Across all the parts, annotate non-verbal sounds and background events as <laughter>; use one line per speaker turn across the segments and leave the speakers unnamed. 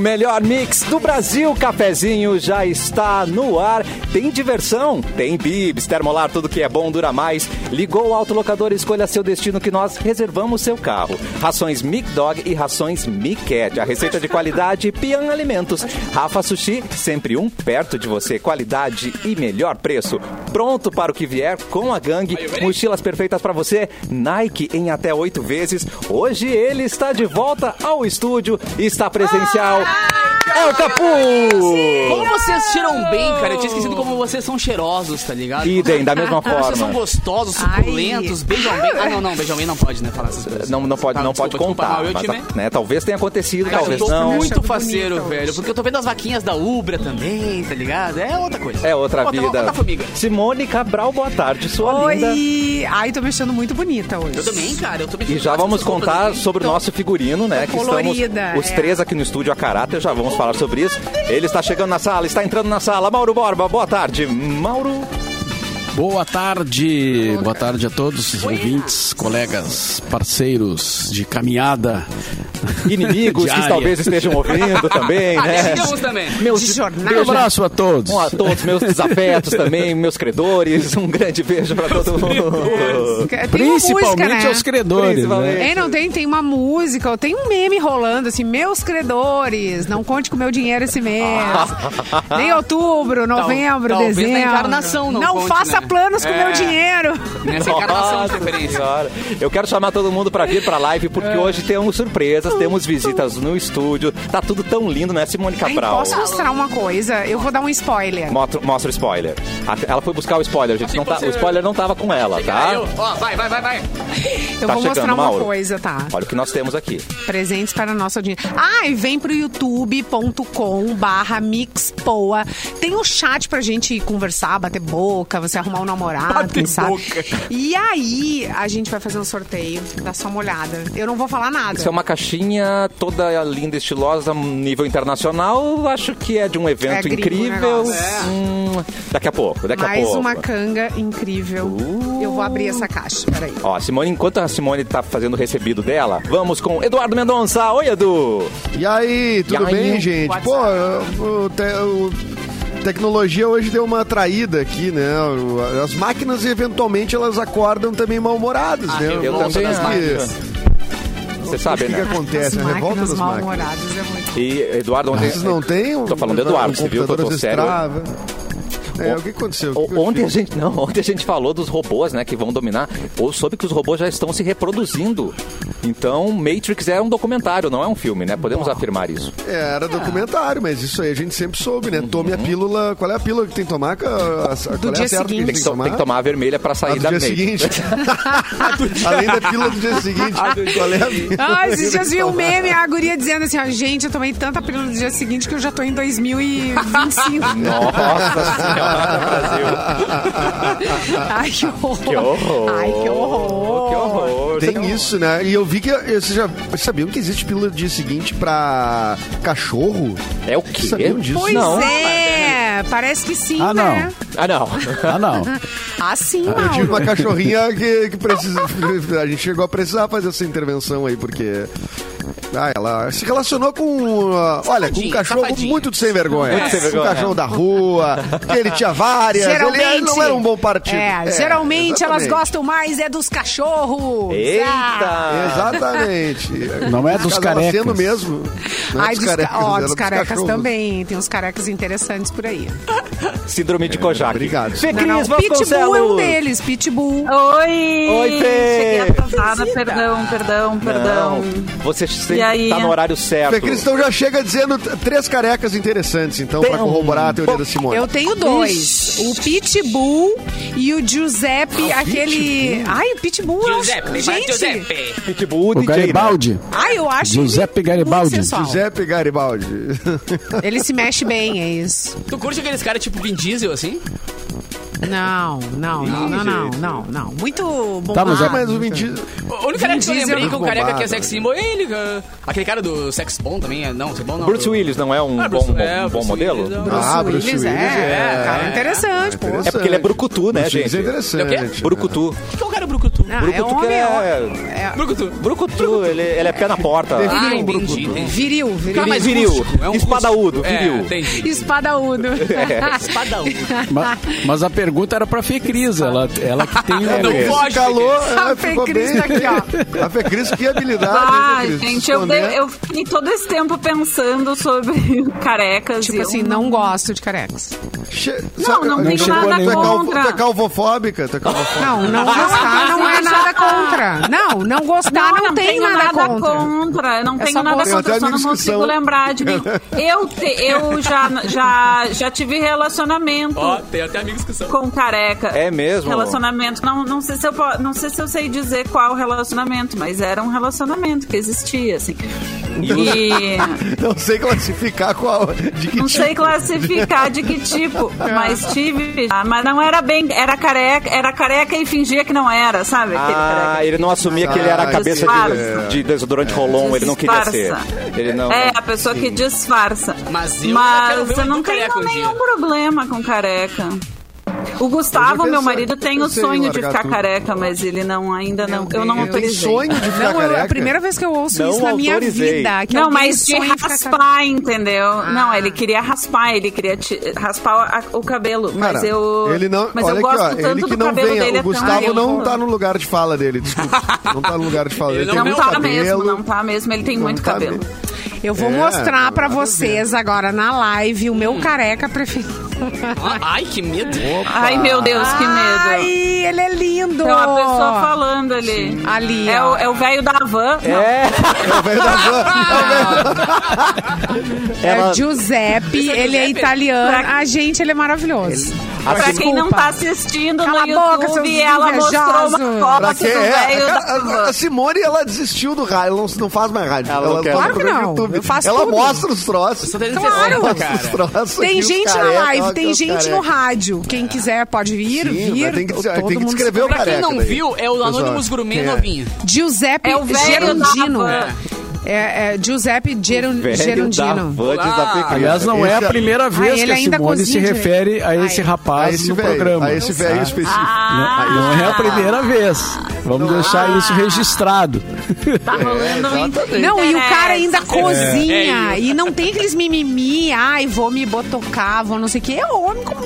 melhor mix do Brasil. Cafezinho já está no ar. Tem diversão, tem bibs, termolar, tudo que é bom dura mais. Ligou o autolocador e escolha seu destino que nós reservamos seu carro. Rações Mic Dog e rações Mic Cat. A receita de qualidade Pian Alimentos. Rafa Sushi, sempre um perto de você. Qualidade e melhor preço. Pronto para o que vier com a gangue. Mochilas perfeitas para você. Nike em até oito vezes. Hoje ele está de volta ao estúdio. Está presencial. É o Capu!
Como vocês cheiram bem, cara. Eu tinha esquecido como vocês são cheirosos, tá ligado?
Idem, da mesma
Como vocês são
forma.
gostosos, suculentos, beijam bem. Ah, não, não, beijam bem não pode, né, falar essas coisas.
Não, não pode,
Tá,
não
desculpa,
pode contar.
Desculpa,
mas,
eu te, né?
né, talvez tenha acontecido,
Cara, eu
talvez
tô
não.
muito
Achando
faceiro,
bonito então.
velho,
hoje.
porque eu tô vendo as vaquinhas da Ubra também, tá ligado? É outra coisa.
É outra vida.
Outra formiga.
Simone Cabral, boa tarde, sua linda.
Oi! Ai, tô me achando muito bonita hoje.
Eu também, cara, eu tô
E já vamos contar sobre o nosso figurino, né? Que estamos
Então, colorida,
os
é.
três aqui no estúdio a caráter, já vamos falar sobre isso. Ele está chegando na sala, está entrando na sala. Mauro Borba, boa tarde. Mauro.
Boa tarde, boa tarde a todos os ouvintes, colegas, parceiros de caminhada.
Inimigos que
Diária.
talvez estejam ouvindo também, né?
Amigos Ah, também.
Meus
De jornada.
Um abraço a todos.
Um a todos, meus desafetos também, meus credores. Um grande beijo para todo mundo.
Tem uma
Principalmente
música, né?
aos credores.
Principalmente.
Né?
É, não tem, tem uma música, ou tem um meme rolando assim, meus credores, não conte com meu dinheiro
<laughs>
esse mês. Nem outubro, novembro,
talvez na
dezembro.
encarnação não conte,
faça
né?
planos com
É.
meu dinheiro.
Nessa encarnação de
Nossa
referência.
Senhora. Eu quero chamar todo mundo para vir para live porque hoje temos surpresas, temos visitas no estúdio. Tá tudo tão lindo, né, Simone
Tá
Ai,
Cabral?
posso mostrar uma coisa? Eu vou dar um spoiler.
Mostra, mostra o spoiler. A- Ela foi buscar o spoiler, gente. Não tá, o spoiler não tava com ela, tá?
Eu, ó, vai, vai, vai, vai.
Eu
tá
vou mostrar
chegando,
uma
Mauro.
coisa, tá?
Olha o que nós temos aqui.
Presentes para a nossa audiência. Ah, e vem pro youtube.com barra mixpoa. Tem o chat pra gente conversar, bater boca, você arrumar um namorado, quem sabe. E aí, a gente vai fazer um sorteio, dá só uma olhada. Eu não vou falar nada.
Isso é uma caixinha toda linda, estilosa, nível internacional. Acho que é de um evento
gringo o
incrível.
negócio. É.
Hum, daqui a pouco, daqui a
Mais
pouco.
uma canga incrível.
Uh.
Eu vou abrir essa caixa, peraí.
Ó, Simone, enquanto a Simone tá fazendo o recebido dela, vamos com Eduardo Mendonça. Oi, Edu!
E aí, tudo
E aí,
bem, gente? Pô, o te- o- tecnologia hoje deu uma traída aqui, né? O- As máquinas, eventualmente, elas acordam também mal-humoradas, né?
eu
Não
Ah, também
sei
acho.
que-
Você sabe,
O que, que
né?
As
acontece? A revolta
máquinas
das máquinas.
mal-humoradas é muito...
E Eduardo, ontem.
Vocês não têm? um-
Tô falando do Eduardo, você viu que eu
computador,
tô
às vezes,
sério?
trava? É, o que aconteceu? O que
O-
que eu
Ontem a
fiz?
gente não, ontem a gente falou dos robôs, né, que vão dominar. Ou soube que os robôs já estão se reproduzindo. Então, Matrix é um documentário, não é um filme, né? Podemos afirmar isso. Então,
É, Era documentário, mas isso aí a gente sempre soube, né? Tome a pílula. Qual é a pílula que tem que tomar? Qual é a certa
dia
que
seguinte.
tem
Uhum. Tem
que
que, to- tem que
tomar?
tomar a vermelha pra
A
sair
do
da
dia
Matrix.
<laughs> seguinte. Além da pílula do dia seguinte. Qual é <laughs> a pílula?
Ah, esses dias vi um meme, a guria dizendo assim, ó, gente, eu tomei tanta pílula no dia seguinte que eu já tô em 2025.
<laughs>
Nossa senhora, Brasil.
<laughs> Ai, que horror.
Que horror.
Ai, que horror.
Que horror.
Tem isso, né? E eu vi que vocês já sabiam que existe pílula do dia seguinte pra cachorro?
É o quê?
Sabiam disso?
Pois
não.
é, parece que sim,
Ah, não.
né?
Ah, não.
Ah, não.
Ah, sim,
Eu tive
Mauro.
uma cachorrinha que, que precisa. <laughs> A gente chegou a precisar fazer essa intervenção aí, porque. Ah, ela se relacionou com. ah, olha, com um
Safadinho,
cachorro
safadinho.
muito de sem vergonha.
Muito sem vergonha.
Um cachorro da rua, que ele tinha várias. Ele, ele não era um bom partido.
É, geralmente elas
exatamente.
gostam mais é dos cachorros. Ah.
Eita!
Exatamente.
Não é
No
dos
caso, ela
carecas.
sendo mesmo. Não é
Ai,
dos
dos,
carecas,
ca- ó,
era
dos
dos
carecas
cachorros.
também. Tem uns carecas interessantes por aí.
Síndrome de Kojak.
obrigado.
Fê
Não, não,
Cris
Pitbull é um
Vasconcelos.
deles, Pitbull.
Oi!
Oi, Fê!
Cheguei atrasada, perdão, perdão, perdão.
Não, você sempre
E aí?
é?
tá no horário certo.
Fê Cristão já chega dizendo t- três carecas interessantes, então,
Tem
pra
um.
corroborar a teoria da Simone.
Eu tenho dois. O Pitbull e o Giuseppe, aquele. Ai, o Pitbull é um-
Giuseppe, vai,
Gente,
Giuseppe.
Pitbull,
O
DJ, né?
Garibaldi.
ai, eu acho. ele
Giuseppe
muito
Garibaldi.
sensual.
Giuseppe Garibaldi.
Ele se mexe bem, é isso.
Tu curte aqueles caras tipo Vin Diesel, assim?
Não, não, não, não, não, não, não. Muito bombado.
Tá, mas é-
Ah, mas o Vin Diesel...
O único careca que eu
Diesel
lembrei que o
muito
careca que é
bombado.
sex symbol é ele. ah, Aquele cara do Sex Bomb também. é- Não, Sex Bomb não.
Bruce
do-
Willis não é um
Ah,
bom,
Bruce-
bom-
é,
bom
Bruce
modelo?
Willis é um-
Bruce
Ah, Bruce
Willis,
Willis,
é,
é,
cara interessante, pô.
É porque ele é brucutu, né,
Bruce Willis
gente?
é interessante.
Brucutu.
O que é o cara Brucutu?
Ah, é
Brucutu que
homem,
é...
é-
um- Brucutu.
Brucutu, ele, ele é pé na porta.
Defina
Ah,
um
entendi.
brucutu.
entendi.
Viril, viril.
Cara, mas
Viril.
rústico, é um
Espadaúdo,
rústico.
viril. É,
É, entendi.
Espadaúdo.
É.
Espadaúdo.
Ma- Mas, a pergunta era pra Fecris, ela, ela que tem
é
Não
o-
Esse
foge,
calor,
A
é, ficou
Fecris
bem.
tá aqui,
A Fecris, que habilidade.
Ah,
né, Fecris?
gente, eu,
Esconder.
dei- eu fiquei todo esse tempo pensando sobre <laughs> carecas. e
Tipo
eu
assim, não gosto de carecas.
Che-
Não, não
não
tenho
chegou
nada
a nenhum.
Tu é, calvo,
contra.
tu é calvofóbica? Tu é calvofóbica?
Não, não
<laughs>
gostar não é nada contra. Não, não gostar não, tem
tenho
nada, contra.
contra, Eu não
É
tenho
só
nada
gosto.
contra,
Tem até
eu só não
amigos que
consigo
são.
lembrar
<laughs>
de mim. Eu, te- eu já, já, já tive relacionamento
Ó, tem até amigos que são.
com careca.
É mesmo?
Relacionamento. Não, não, sei se eu, po- não sei se eu sei dizer qual relacionamento, mas era um relacionamento que existia, assim. E
<laughs> Não sei classificar qual. De que
não sei classificar de que tipo, mas tive. Ah, Mas não era bem. Era careca, era careca e fingia que não era, sabe? Aquele
Ah,
careca.
ele não assumia que ele era a cabeça de, de desodorante Rolon, ele não queria ser.
Disfarça.
Ele não...
É, a pessoa que disfarça.
Mas eu quero ver o
eu
Edu
não tenho
careca um
nenhum
dia.
problema com careca. O Gustavo,
Eu já
meu
pensei-
marido, tem o
pensei em
sonho de
largar
ficar
tudo.
careca, mas ele não ainda não. Eu não
Deus.
Tem
autorizei.
sonho de ficar
Não, eu,
careca?
é a primeira vez que eu ouço
Não
isso na minha
autorizei.
vida. Que
Não,
alguém
mas de
sonha em ficar Ah. careca.
raspar, entendeu? Não, ele queria raspar, ele queria ti- raspar a- o cabelo. mas
Cara,
eu.
ele não,
mas
olha
eu
aqui,
gosto
ó,
tanto
ele que
do
não
cabelo
venha. o
dele. é tão
Gustavo não
lindo.
tá no lugar de fala dele, desculpa. Não tá no lugar de fala dele.
Ele
Tem
não
Não
muito
tá
cabelo,
mesmo, não tá mesmo. Ele tem
não
muito
tá
cabelo.
mesmo.
Eu vou
É,
mostrar pra
nada a ver. Hum.
vocês agora na live o meu careca preferido.
Ah, Ai, que medo.
Ai, meu Deus, que
Ai,
medo.
ele é lindo.
Tem uma pessoa falando ali.
Ali,
É
ó.
o- é o velho da van. Não,
É o velho
<laughs>
da van.
É
Ela-
o Giuseppe, ele é
Giuseppe?
italiano. A gente, ele é maravilhoso.
Pra
assim,
quem não
Desculpa.
tá assistindo
Cala
no
a boca,
YouTube,
seus
ela mostrou
invejosos.
uma
Pra
foto do
quem é?
velho
A,
da
a- a
van.
Simone, ela desistiu do rádio, ela não, não faz mais rádio.
Ela não quer.
só
Claro
procura
que
no
não, eu faço
ela
tudo.
mostra os troços.
Só tem
Claro.
60,
Ela mostra os
cara.
troços aqui,
Tem
os
gente
careca,
na live,
ela quer
tem
os
gente no
careca.
rádio. Quem quiser pode vir,
Sim,
vir.
mas tem que-
Todo
tem que
mundo
descrever o
se-
Pra quem não
Careca daí.
viu, é o
Pessoal.
Anônimos Gourmet
É.
novinho.
Giuseppe
É o velho
Gerundino.
da Havan.
É, é, Giuseppe Geru-
Velho da
Gerundino.
van
Ah.
desafio.
Aliás, não é a
Esse-
primeira vez
ele
que a
ainda
Simone se
cozinha direito.
refere a esse
Ah,
A
rapaz
esse
no
velho,
programa.
a esse velho
tá?
específico.
Ah,
Não é a primeira vez. Vamos deixar isso registrado.
tá rolando um interesse.
Não, e o cara
É,
ainda cozinha.
É.
E não tem aqueles mimimi, ai, vou me botocar, vou não sei o que. É homem como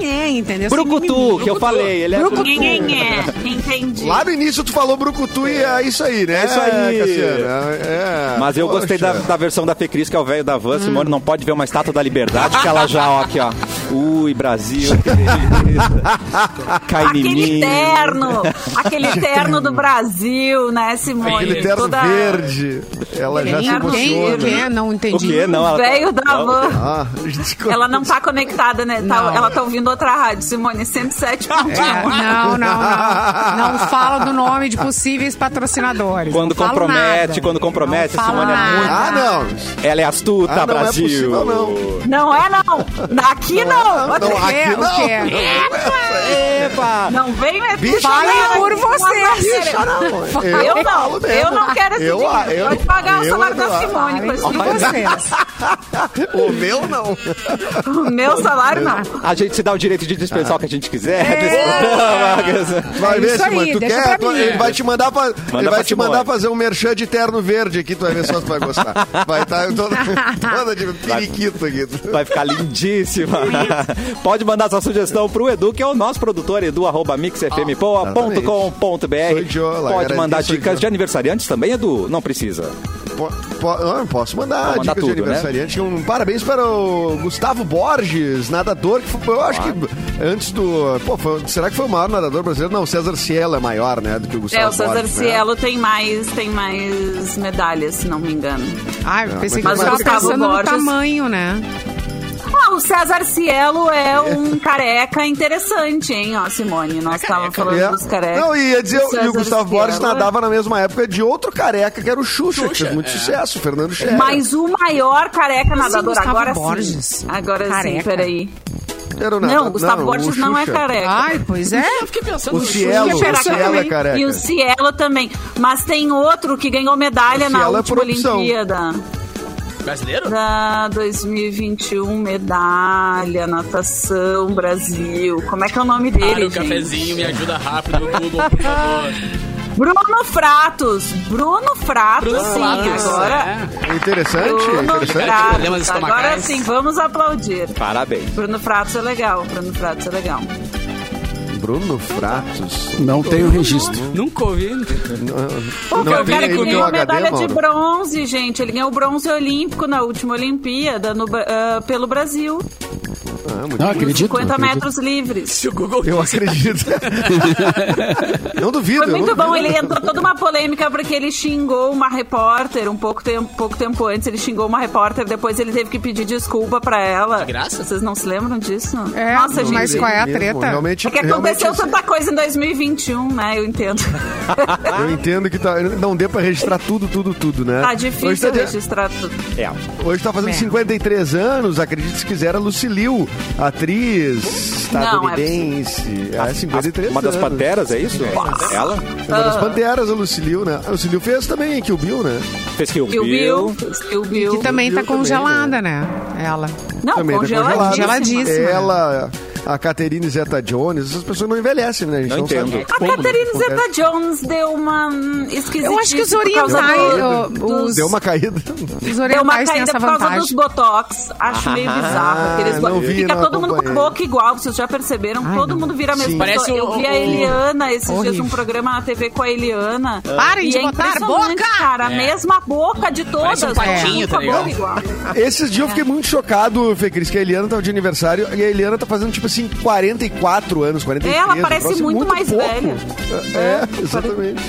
é, entendeu? Sem
Brucutu,
mimimi.
que eu falei, ele é
Brucutu.
Ninguém é. Entendi.
Lá no início tu falou brucutu e é isso aí, né?
É isso aí.
Cassiano, é- é.
Mas eu gostei da,
Poxa.
da versão da Fecris, que é o velho da van. Simone não pode ver uma estátua da liberdade, que ela já, ó, aqui, ó. Ui, Brasil, que delícia. Cai em
Aquele
mim.
terno, aquele terno do Brasil, né, Simone?
Aquele terno
Toda-
verde. Ela já né? se
Quem, quem,
emociona.
quem é? Não
O
entendi.
quê? Não,
O
ela tá-
velho da
Não.
van.
Ah, a gente
Ela não tá conectada, né? Tá-
Não.
ela tá ouvindo outra rádio, Simone, 107.1.
É, não, não, não. Não fala do nome de possíveis patrocinadores.
Quando
Não falo
compromete,
nada.
quando compromete,
Não
a Simone é
falo
muito-
Ah,
nada.
não.
Ela é astuta,
Ah, não é
Brasil.
possível, não.
Não é não! Daqui não! Não,
Não,
É,
aqui
o
não.
quê?
Epa!
vem meter
Bicho,
palavra
Falem por
com
vocês.
parceira.
não.
Eu não,
falo
eu
mesmo.
não quero esse
Eu-
dinheiro.
eu-
Pode pagar o
eu,
salário da
Eduardo.
Simone com esse
E
dinheiro.
vocês?
O meu não.
O meu salário não.
A gente se dá o direito de
Ah.
dispensar o que a gente quiser. né? nesse programa.
<laughs>
Vai
É
ver,
isso aí,
Simone. Tu
deixa
quer?
pra
Tu-
mim.
ele vai te mandar, pra, ele
pra
vai te mandar
Simone.
fazer um merchan de terno verde aqui. Tu vai ver só se tu vai gostar. Vai estar
<laughs>
toda, toda de periquito aqui.
Vai ficar lindíssima.
<laughs>
Pode mandar sua sugestão pro Edu, que é o nosso produtor,
Sou
edu.mixfmpoa.com.br.
eu, Lagarde,
Pode mandar
sou
dicas
eu.
de aniversariantes também, Edu? Não precisa.
Po- po- ah, posso mandar,
Vou mandar
dicas
tudo, né?
de aniversariante. Um parabéns para o Gustavo Borges, nadador, que foi, eu acho que antes do. Pô, foi- será que foi o maior nadador brasileiro? Não, o César Cielo é maior, né? Do que o Gustavo
É, o César
Borges, né?
Cielo tem mais, tem mais medalhas, se não me engano.
Ai, pensei que
mas
você tava
Gustavo
pensando no
Borges-
tamanho, né?
Ah, o César Cielo é um careca interessante, hein, ó, Simone? Nós estávamos falando
É.
dos carecas.
Não, e ia dizer, e o
César
Gustavo
Cielo
Borges
é-
nadava na mesma época de outro careca, que era o Xuxa, que fez
é.
muito sucesso, o Fernando Scherer.
Mas o maior careca
Como assim,
nadador
Gustavo
agora
Borges?
sim. Agora
Careca.
sim, peraí.
Era o Natan-
Não, o Gustavo
o
Borges não é
Xuxa.
careca.
Ai, pois é.
Eu fiquei pensando
O
no
Cielo,
Xuxa
o
era
Cielo é
também.
careca.
E o Cielo também. Mas tem outro que ganhou medalha
O
na
Cielo é
última
por opção.
Olimpíada.
brasileiro?
Da 2021, medalha, natação, Brasil. Como é que é o nome dele?
Para o
gente?
cafezinho, me ajuda rápido, Google, por favor.
<laughs> Bruno Fratos. Bruno Fratos,
Bruno
sim.
Fratos,
Agora.
É interessante, é
Bruno
interessante.
Problemas
Fratos.
estomacais.
Agora sim, vamos aplaudir.
Parabéns.
Bruno Fratos é legal. Bruno Fratos é legal.
Bruno Fratos.
Não tem o registro.
Nunca ouvi.
Não,
Foi o
tem
cara
aí
que
no teu
ganhou medalha
HD, Mauro.
de bronze, gente. Ele ganhou bronze olímpico na última Olimpíada no Ba- ah, pelo Brasil.
Ah, muito
Não,
bom.
acredito.
50
acredito.
metros livres.
Se o Google
<laughs>
Eu acredito. não duvido.
Foi muito
eu não
bom,
duvido.
ele entrou toda uma polêmica porque ele xingou uma repórter um pouco tempo, pouco tempo antes, ele xingou uma repórter, depois ele teve que pedir desculpa pra ela.
De graça?
Vocês não se lembram disso?
É,
Nossa, gente.
mas qual é a
Mesmo,
treta?
Realmente,
É que
realmente assim,
aconteceu tanta coisa em 2021, né? Eu
<laughs>
entendo.
eu entendo que tá, não dê pra registrar tudo, tudo, tudo, né?
tá
Hoje
difícil
tá, dia-
registrar tudo.
É.
hoje tá fazendo 53 anos, acredite se quiser, a Lucilio, atriz
Não, é
estadunidense. É, 53
Uma das
anos.
panteras, é isso? Ela
Uma
Ah.
das panteras, a Lucilio, né? A Lucilio fez também Kill Bill, né?
fez que o
Kill Bill,
Bill.
Kill Bill.
Que também
Eu
tá
também,
congelada, né? Ela.
Não,
também tá
Ah, congeladíssima.
congeladíssima. Isso,
Ela, a Caterine Zeta Jones, essas pessoas não envelhecem, né? A gente
Não
não, sabe
entendo.
A
como, né?
Catherine
Acontece.
Zeta-Jones deu uma hum, esquisita.
Eu acho que
é
os orientais, ó, os-
Deu uma caída.
Os
Deu uma
orientais têm
caída
essa
por causa dos
vantagem.
botox. Acho meio bizarro. Aqueles bo-
não Ah, vi,
Fica
não
todo mundo com a
acompanhei.
boca igual, vocês já perceberam?
Ai,
todo
não.
mundo vira a mesma
Sim.
pessoa.
Parece
Eu
o-
vi a
o-
Eliana esses dias
Horrível. Ah.
um programa na TV com a Eliana.
Parem
e
de
é
botar
impressionante,
boca!
Cara, a
É.
mesma boca de todas.
Parece um patinho,
todo
tá
mundo com a boca igual.
Esses dias eu fiquei muito chocado, Fê Cris, que a Eliana tava de aniversário e a Eliana tá fazendo, tipo assim, 44 anos, 43.
Ela
um
parece
troço
muito mais velha.
É, exatamente.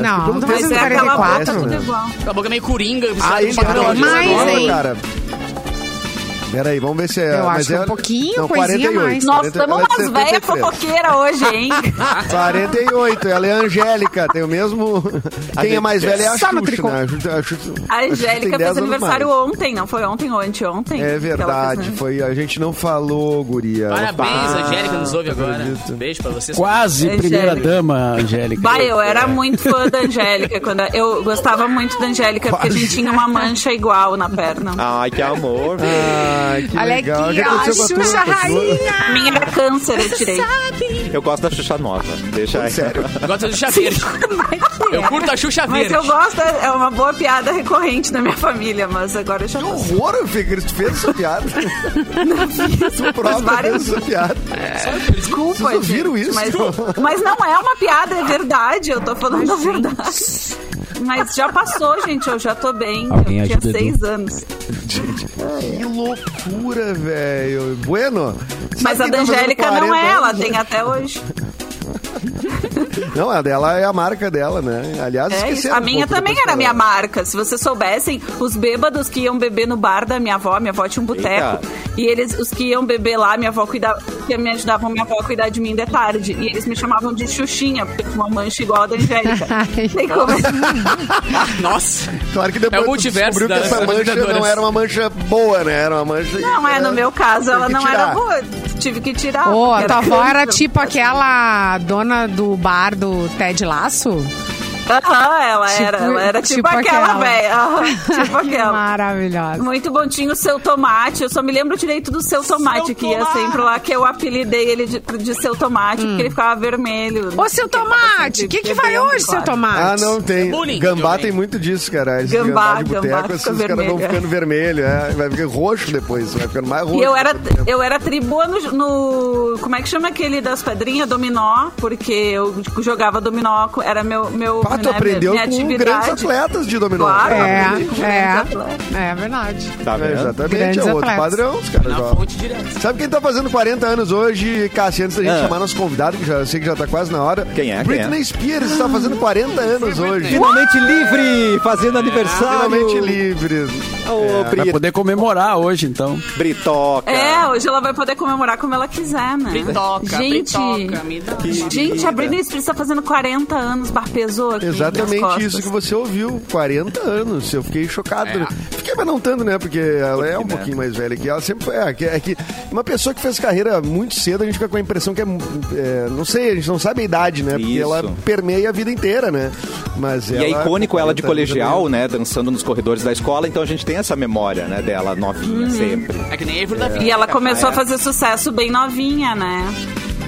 Não, ela não tá
Mas
Mas
fazendo
é aquela boca
44.
tudo
né?
igual.
A boca é meio coringa.
Ah, ele
sabe?
então
não,
mais,
nova,
hein?
cara. Peraí, vamos ver se é.
Eu
mas
acho que
é-
um pouquinho,
não,
coisinha
48,
mais.
Nós
40
estamos
ela é
umas velhas
73.
fofoqueiras hoje, <laughs> hein?
48, ela é a Angélica, tem o mesmo. Quem é mais velha é a
Só no
Xuxa,
tricô.
né? A Xuxa- a Xuxa-
A
Xuxa tem 10
Angélica fez
anos
aniversário
mais.
ontem, não foi ontem ou anteontem?
É
que ela fez,
verdade,
né?
foi. A gente não falou, Guria.
Parabéns,
Bah,
Angélica, nos ouve
não
agora.
acredito.
Beijo pra você.
Quase
Angélica.
primeira-dama, Angélica.
Bah, eu era muito fã da Angélica. Quando eu gostava muito da Angélica, porque a gente tinha uma mancha igual na perna.
Ah.
Ai, que
<laughs>
amor.
Ai, que
Olha
legal. O
aqui,
que
ó, a
aconteceu né? com a
Xuxa
tua-
rainha.
Minha era câncer, eu tirei.
Eu gosto da Xuxa Nova. Deixa aí.
Sério.
Gosto do chá verde. Eu curto a Xuxa
Mas
verde.
eu gosto, é uma boa piada recorrente na minha família, mas agora eu já
Que
não
horror, Fê, que tu fez essa
<laughs>
piada. tu próprio
várias-
fez essa piada.
É. desculpa.
Vocês ouviram
gente,
isso?
Mas, mas não é uma piada, é verdade. Eu tô falando a verdade. Mas já passou, gente. Eu já tô bem.
Alguém
eu tinha
ajuda, Edu.
seis anos. é.
Que loucura, velho. Bueno. sabe
Mas a
quem tá fazendo
da Angélica
40
não é, ela
anos?
tem até hoje.
Não, a dela é a marca dela, né? Aliás,
É isso.
esqueceram
A
um
minha
pouco da
também
pessoa
era minha
dela.
marca. Se vocês soubessem, os bêbados que iam beber no bar da minha avó, minha avó tinha um boteco.
Eita.
E eles, os que iam beber lá, minha avó cuidava, que me ajudavam minha avó a cuidar de mim de tarde. E eles me chamavam de Xuxinha, porque tinha uma mancha igual a da Angélica.
<laughs>
Ai.
Tem como-
Nossa.
Claro que depois
É o
tu
multiverso
descobriu que
das
essa mancha não
organizadoras.
era uma mancha boa, né? Era uma mancha...
Não, é, no meu caso,
Teve
ela
que
não
tirar.
era boa. Tive que tirar.
Ô,
porque
a tua avó era
câncer.
tipo aquela dona do bar do Ted Laço?
Aham, ela
Tipo-
era. Ela era tipo,
tipo
aquela,
aquela.
velha.
<laughs>
Aham, <laughs> Tipo
Que
aquela.
maravilhosa.
Muito bom tinha o seu tomate. Eu só me lembro direito do seu tomate, que ia sempre lá, que eu apelidei ele de, de seu tomate, porque ele ficava vermelho.
Hum. Ô, seu tomate, o que, um que vai hoje, seu
Ah,
tomate?
não, tem.
Bullying,
gambá
também.
tem muito disso, cara. Esse
É né? Gambá,
gambá, de
gambá
boteco,
fica
esses caras vão
vermelho, é.
ficando vermelho, é. Vai ficar roxo depois, vai ficando mais roxo.
E eu era, eu era tribua no, no- Como é que chama aquele das pedrinhas? Dominó, porque eu jogava dominó, era meu. meu
Pá, tu
né,
aprendeu
minha, minha
com um
atividade.
grandes atletas de dominó.
Claro.
É,
É,
Grandes atletas.
é. É verdade.
Tá vendo?
exatamente,
Grandes
é outro
atletas.
padrão, os caras
Na
jogam.
fonte direta.
Sabe quem tá fazendo 40 anos hoje, Cássio? Antes da gente
Ah.
chamar nosso convidado, que já sei que já tá quase na hora.
Quem é? Quem
Britney Spears tá fazendo 40 anos hoje.
É.
Finalmente livre, fazendo aniversário.
Finalmente livre.
Ô,
Vai
Bri-
poder comemorar hoje, então.
Britoca.
É, hoje ela vai poder comemorar como ela quiser, né?
Britoca,
gente,
britoca, me dá.
gente, a Britney Spears tá fazendo 40 anos, bar pesou aqui nas
Exatamente
costas.
isso que você ouviu. 40 anos. Eu fiquei chocado.
É.
Fiquei, mas não tanto, né? Porque ela é um pouquinho mais velha que ela. Sempre foi. É, que, é que uma pessoa que fez carreira muito cedo, a gente fica com a impressão que é. mu- é, não sei, a gente não sabe a idade, né? Porque
Isso.
ela permeia a vida inteira, né? Mas
E
ela, tá
é icônico ela de
40 anos
colegial,
também.
né? Dançando nos corredores da escola, então a gente tem essa memória, né, dela
Uhum.
novinha sempre.
É que nem a Ivor da
E ela começou a fazer sucesso bem novinha, né?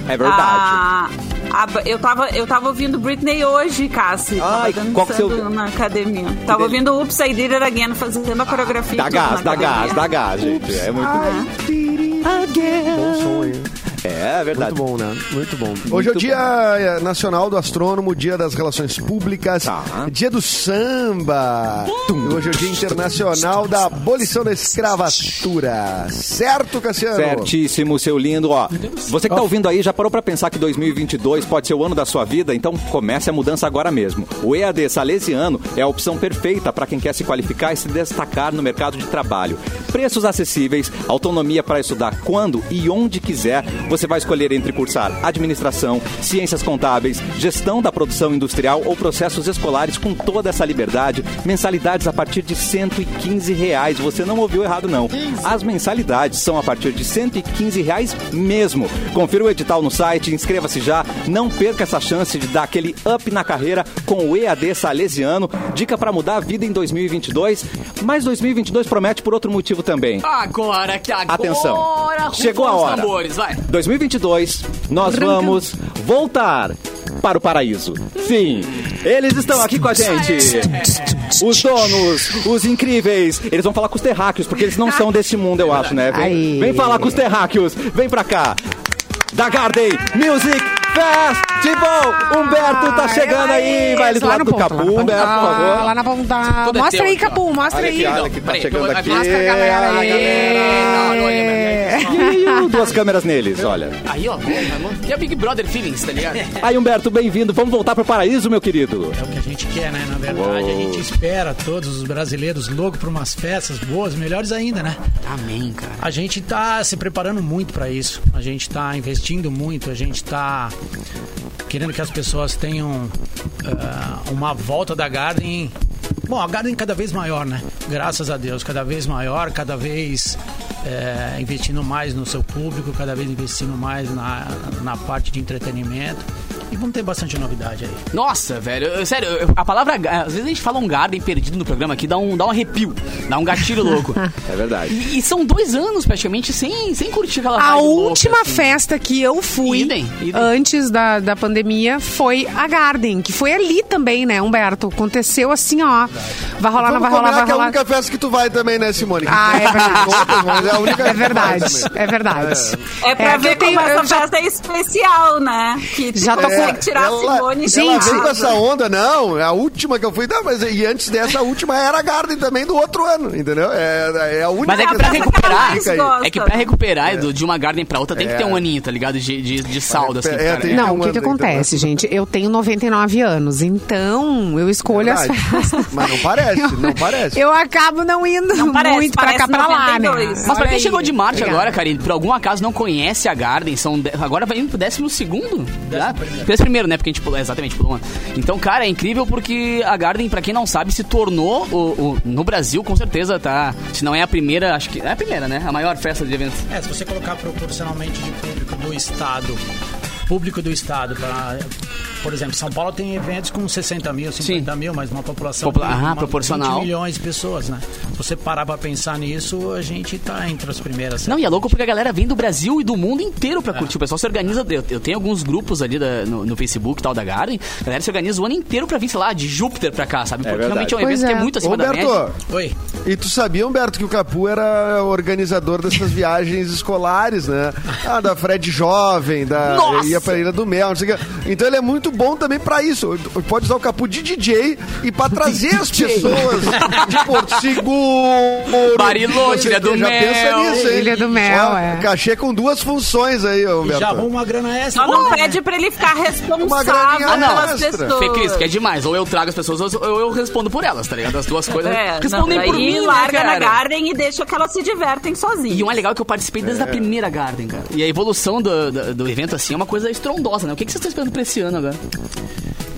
É
Ah,
verdade.
A- a- eu, tava, eu tava ouvindo Britney hoje, Cassi.
Ai,
tava
qual que é você
dançando
ouviu?
na academia. Tava ouvindo Oops, I Did It Again, fazendo a coreografia.
Ah, Dá
tudo
gás,
na
dá
academia.
gás, dá gás, gente. É muito
Ah. Bom som aí.
É, é verdade.
Muito bom, né? Muito bom. Hoje é o Dia eh, Nacional do Astrônomo, Dia das Relações Públicas,
Tá.
Dia do Samba. E hoje é o Dia Internacional da Abolição da Escravatura. Certo, Cassiano?
Certíssimo, seu lindo. Ó, você que tá ouvindo aí, já parou pra pensar que 2022 pode ser o ano da sua vida? Então comece a mudança agora mesmo. O EAD Salesiano é a opção perfeita para quem quer se qualificar e se destacar no mercado de trabalho. Preços acessíveis, autonomia para estudar quando e onde quiser. Você vai escolher entre cursar administração, ciências contábeis, gestão da produção industrial ou processos escolares com toda essa liberdade. Mensalidades a partir de R$ 115 reais. Você não ouviu errado, não. As mensalidades são a partir de R$ 115 reais mesmo. Confira o edital no site, inscreva-se já. Não perca essa chance de dar aquele up na carreira com o EAD Salesiano. Dica para mudar a vida em 2022. Mas 2022 promete por outro motivo também.
Agora que agora.
Atenção.
rufam
Chegou a
os
hora.
tambores, vai.
2022, nós vamos voltar para o paraíso. Sim, eles estão aqui com a gente. Os donos, os incríveis. Eles vão falar com os terráqueos, porque eles não são desse mundo, eu acho, né? Vem,
Aí.
vem falar com os terráqueos. Vem pra cá. Da Garden Music Festival. Humberto tá chegando aí. Vai ali do
Ah, Lá
lado
no
do
ponto, lá
Capu,
na ponta.
Humberto, por
Ah, Lá
favor.
na ponta.
Tudo é
Mostra
teu
aí,
aqui, ó.
Capu, mostra aí.
olha que tá
Peraí,
chegando
eu vou-
aqui.
Mostra
a galera aí.
Não, não, olha, olha, olha.
Ih, Duas câmeras neles, olha.
Aí, ó. Que é Big Brother Feelings, tá ligado?
Aí, Humberto, bem-vindo. Vamos voltar pro paraíso, meu querido.
É o que a gente quer, né? Na verdade, a gente espera todos os brasileiros loucos para umas festas boas, melhores ainda, né?
Amém, cara.
A gente tá se preparando muito para isso. A gente tá investindo muito, a gente tá querendo que as pessoas tenham ah, uma volta da Garden. Bom, a Garden cada vez maior, né? Graças a Deus, cada vez maior, cada vez eh, investindo mais no seu público, cada vez investindo mais na, na parte de entretenimento. E vamos ter bastante novidade aí.
Nossa, velho. eu- sério, eu- a palavra. ga- Às vezes a gente fala um garden perdido no programa aqui, dá um, dá um arrepio, dá um gatilho louco.
É verdade.
E, e são dois anos praticamente sem, sem curtir aquela
A
vibe louca,
última
assim.
festa que eu fui
Idem, idem.
antes da, da pandemia foi a Garden, que foi ali também, né, Humberto? Aconteceu assim, ó. Vai rolar, não vai rolar,
Vamos combinar
vai
que é a
rolar.
única festa que tu vai também, né, Simone?
Ah, é
<laughs>
verdade.
Outras, mas é a única
É
que tu vai
verdade,
também.
é verdade.
É pra
que
ver
eu tenho-
como essa
eu já-
festa é especial, né? Que
Já tô
tu consegue
com-
tirar a Simone de É
Gente,
ela
casa.
veio Ah, com essa onda, não. é A última que eu fui, não, mas e antes dessa, a última era a Garden também do outro ano, entendeu? É, é a única
Mas é que
que
pra
tu-
recuperar,
Fica aí.
é que pra recuperar do- de uma garden pra outra tem que
É.
ter um aninho, tá ligado? De, de, de saldo, assim.
É,
cara.
tem-
Não,
um
o que, que
ano, então,
acontece, gente? Eu tenho 99 anos, então eu escolho as
É Verdade.
festas.
Mas não parece, não
<laughs>
parece.
Eu acabo não indo
parece,
muito pra cá,
parece
pra lá, né?
92.
Mas pra
Olha
quem
aí.
chegou de Marte
Obrigada.
agora, Karine, por algum acaso não conhece a Garden, são de- agora vai indo pro décimo segundo? já? Décimo primeiro, né? Porque a gente pulou, é, exatamente, pulou um ano. Então, cara, é incrível porque a Garden, pra quem não sabe, se tornou, o- o- no Brasil, com certeza, tá? Se não é a primeira, acho que é a primeira, né? A maior festa de eventos.
É, se você colocar proporcionalmente de público do estado, público do estado, pra- por exemplo, São Paulo tem eventos com 60 mil, 50 mil, mas uma população
Popula-
de
Aham,
uma-
proporcional.
20 milhões de pessoas, né? Se você parar pra pensar nisso, a gente tá entre as primeiras.
Não, e é louco porque a galera vem do Brasil e do mundo inteiro pra curtir. O pessoal se organiza. Eu, eu tenho alguns grupos ali da- no, no Facebook e tal da Garden. A galera se organiza o ano inteiro pra vir, sei lá, de Júpiter pra cá, sabe? Porque
verdade.
realmente é um evento
Pois
que é
é.
muito
Ô,
acima da média.
Humberto,
Oi.
e tu sabia, Humberto, que o Capu era organizador dessas viagens escolares, né? Ah, da Fred Jovem, da
Nossa!
ia pra Ilha do Mel, não sei o que. Então ele é muito muito bom também pra isso. Pode usar o capu de DJ e pra trazer
<laughs>
as pessoas de Porto Seguro.
Bariloche,
Você
Ilha do
já pensa
Mel.
nisso, hein?
Ilha do Mel,
Ó,
é.
Cachê com duas funções aí, ô
E
Beto.
já arruma uma grana extra.
Só não
né?
pede pra ele ficar
Uma graninha
responsável pelas
extra.
pessoas.
Fê Cris, que é demais. Ou eu trago as pessoas ou eu, eu respondo por elas, tá ligado? As duas coisas.
É,
Respondem
não,
por
daí
mim, né,
larga na
cara?
Garden e deixa que elas se divertem sozinhas.
E o mais legal é que eu participei desde a primeira Garden, cara. E a evolução do, do, do evento, assim, é uma coisa estrondosa, né? O que, que vocês estão esperando pra esse ano agora?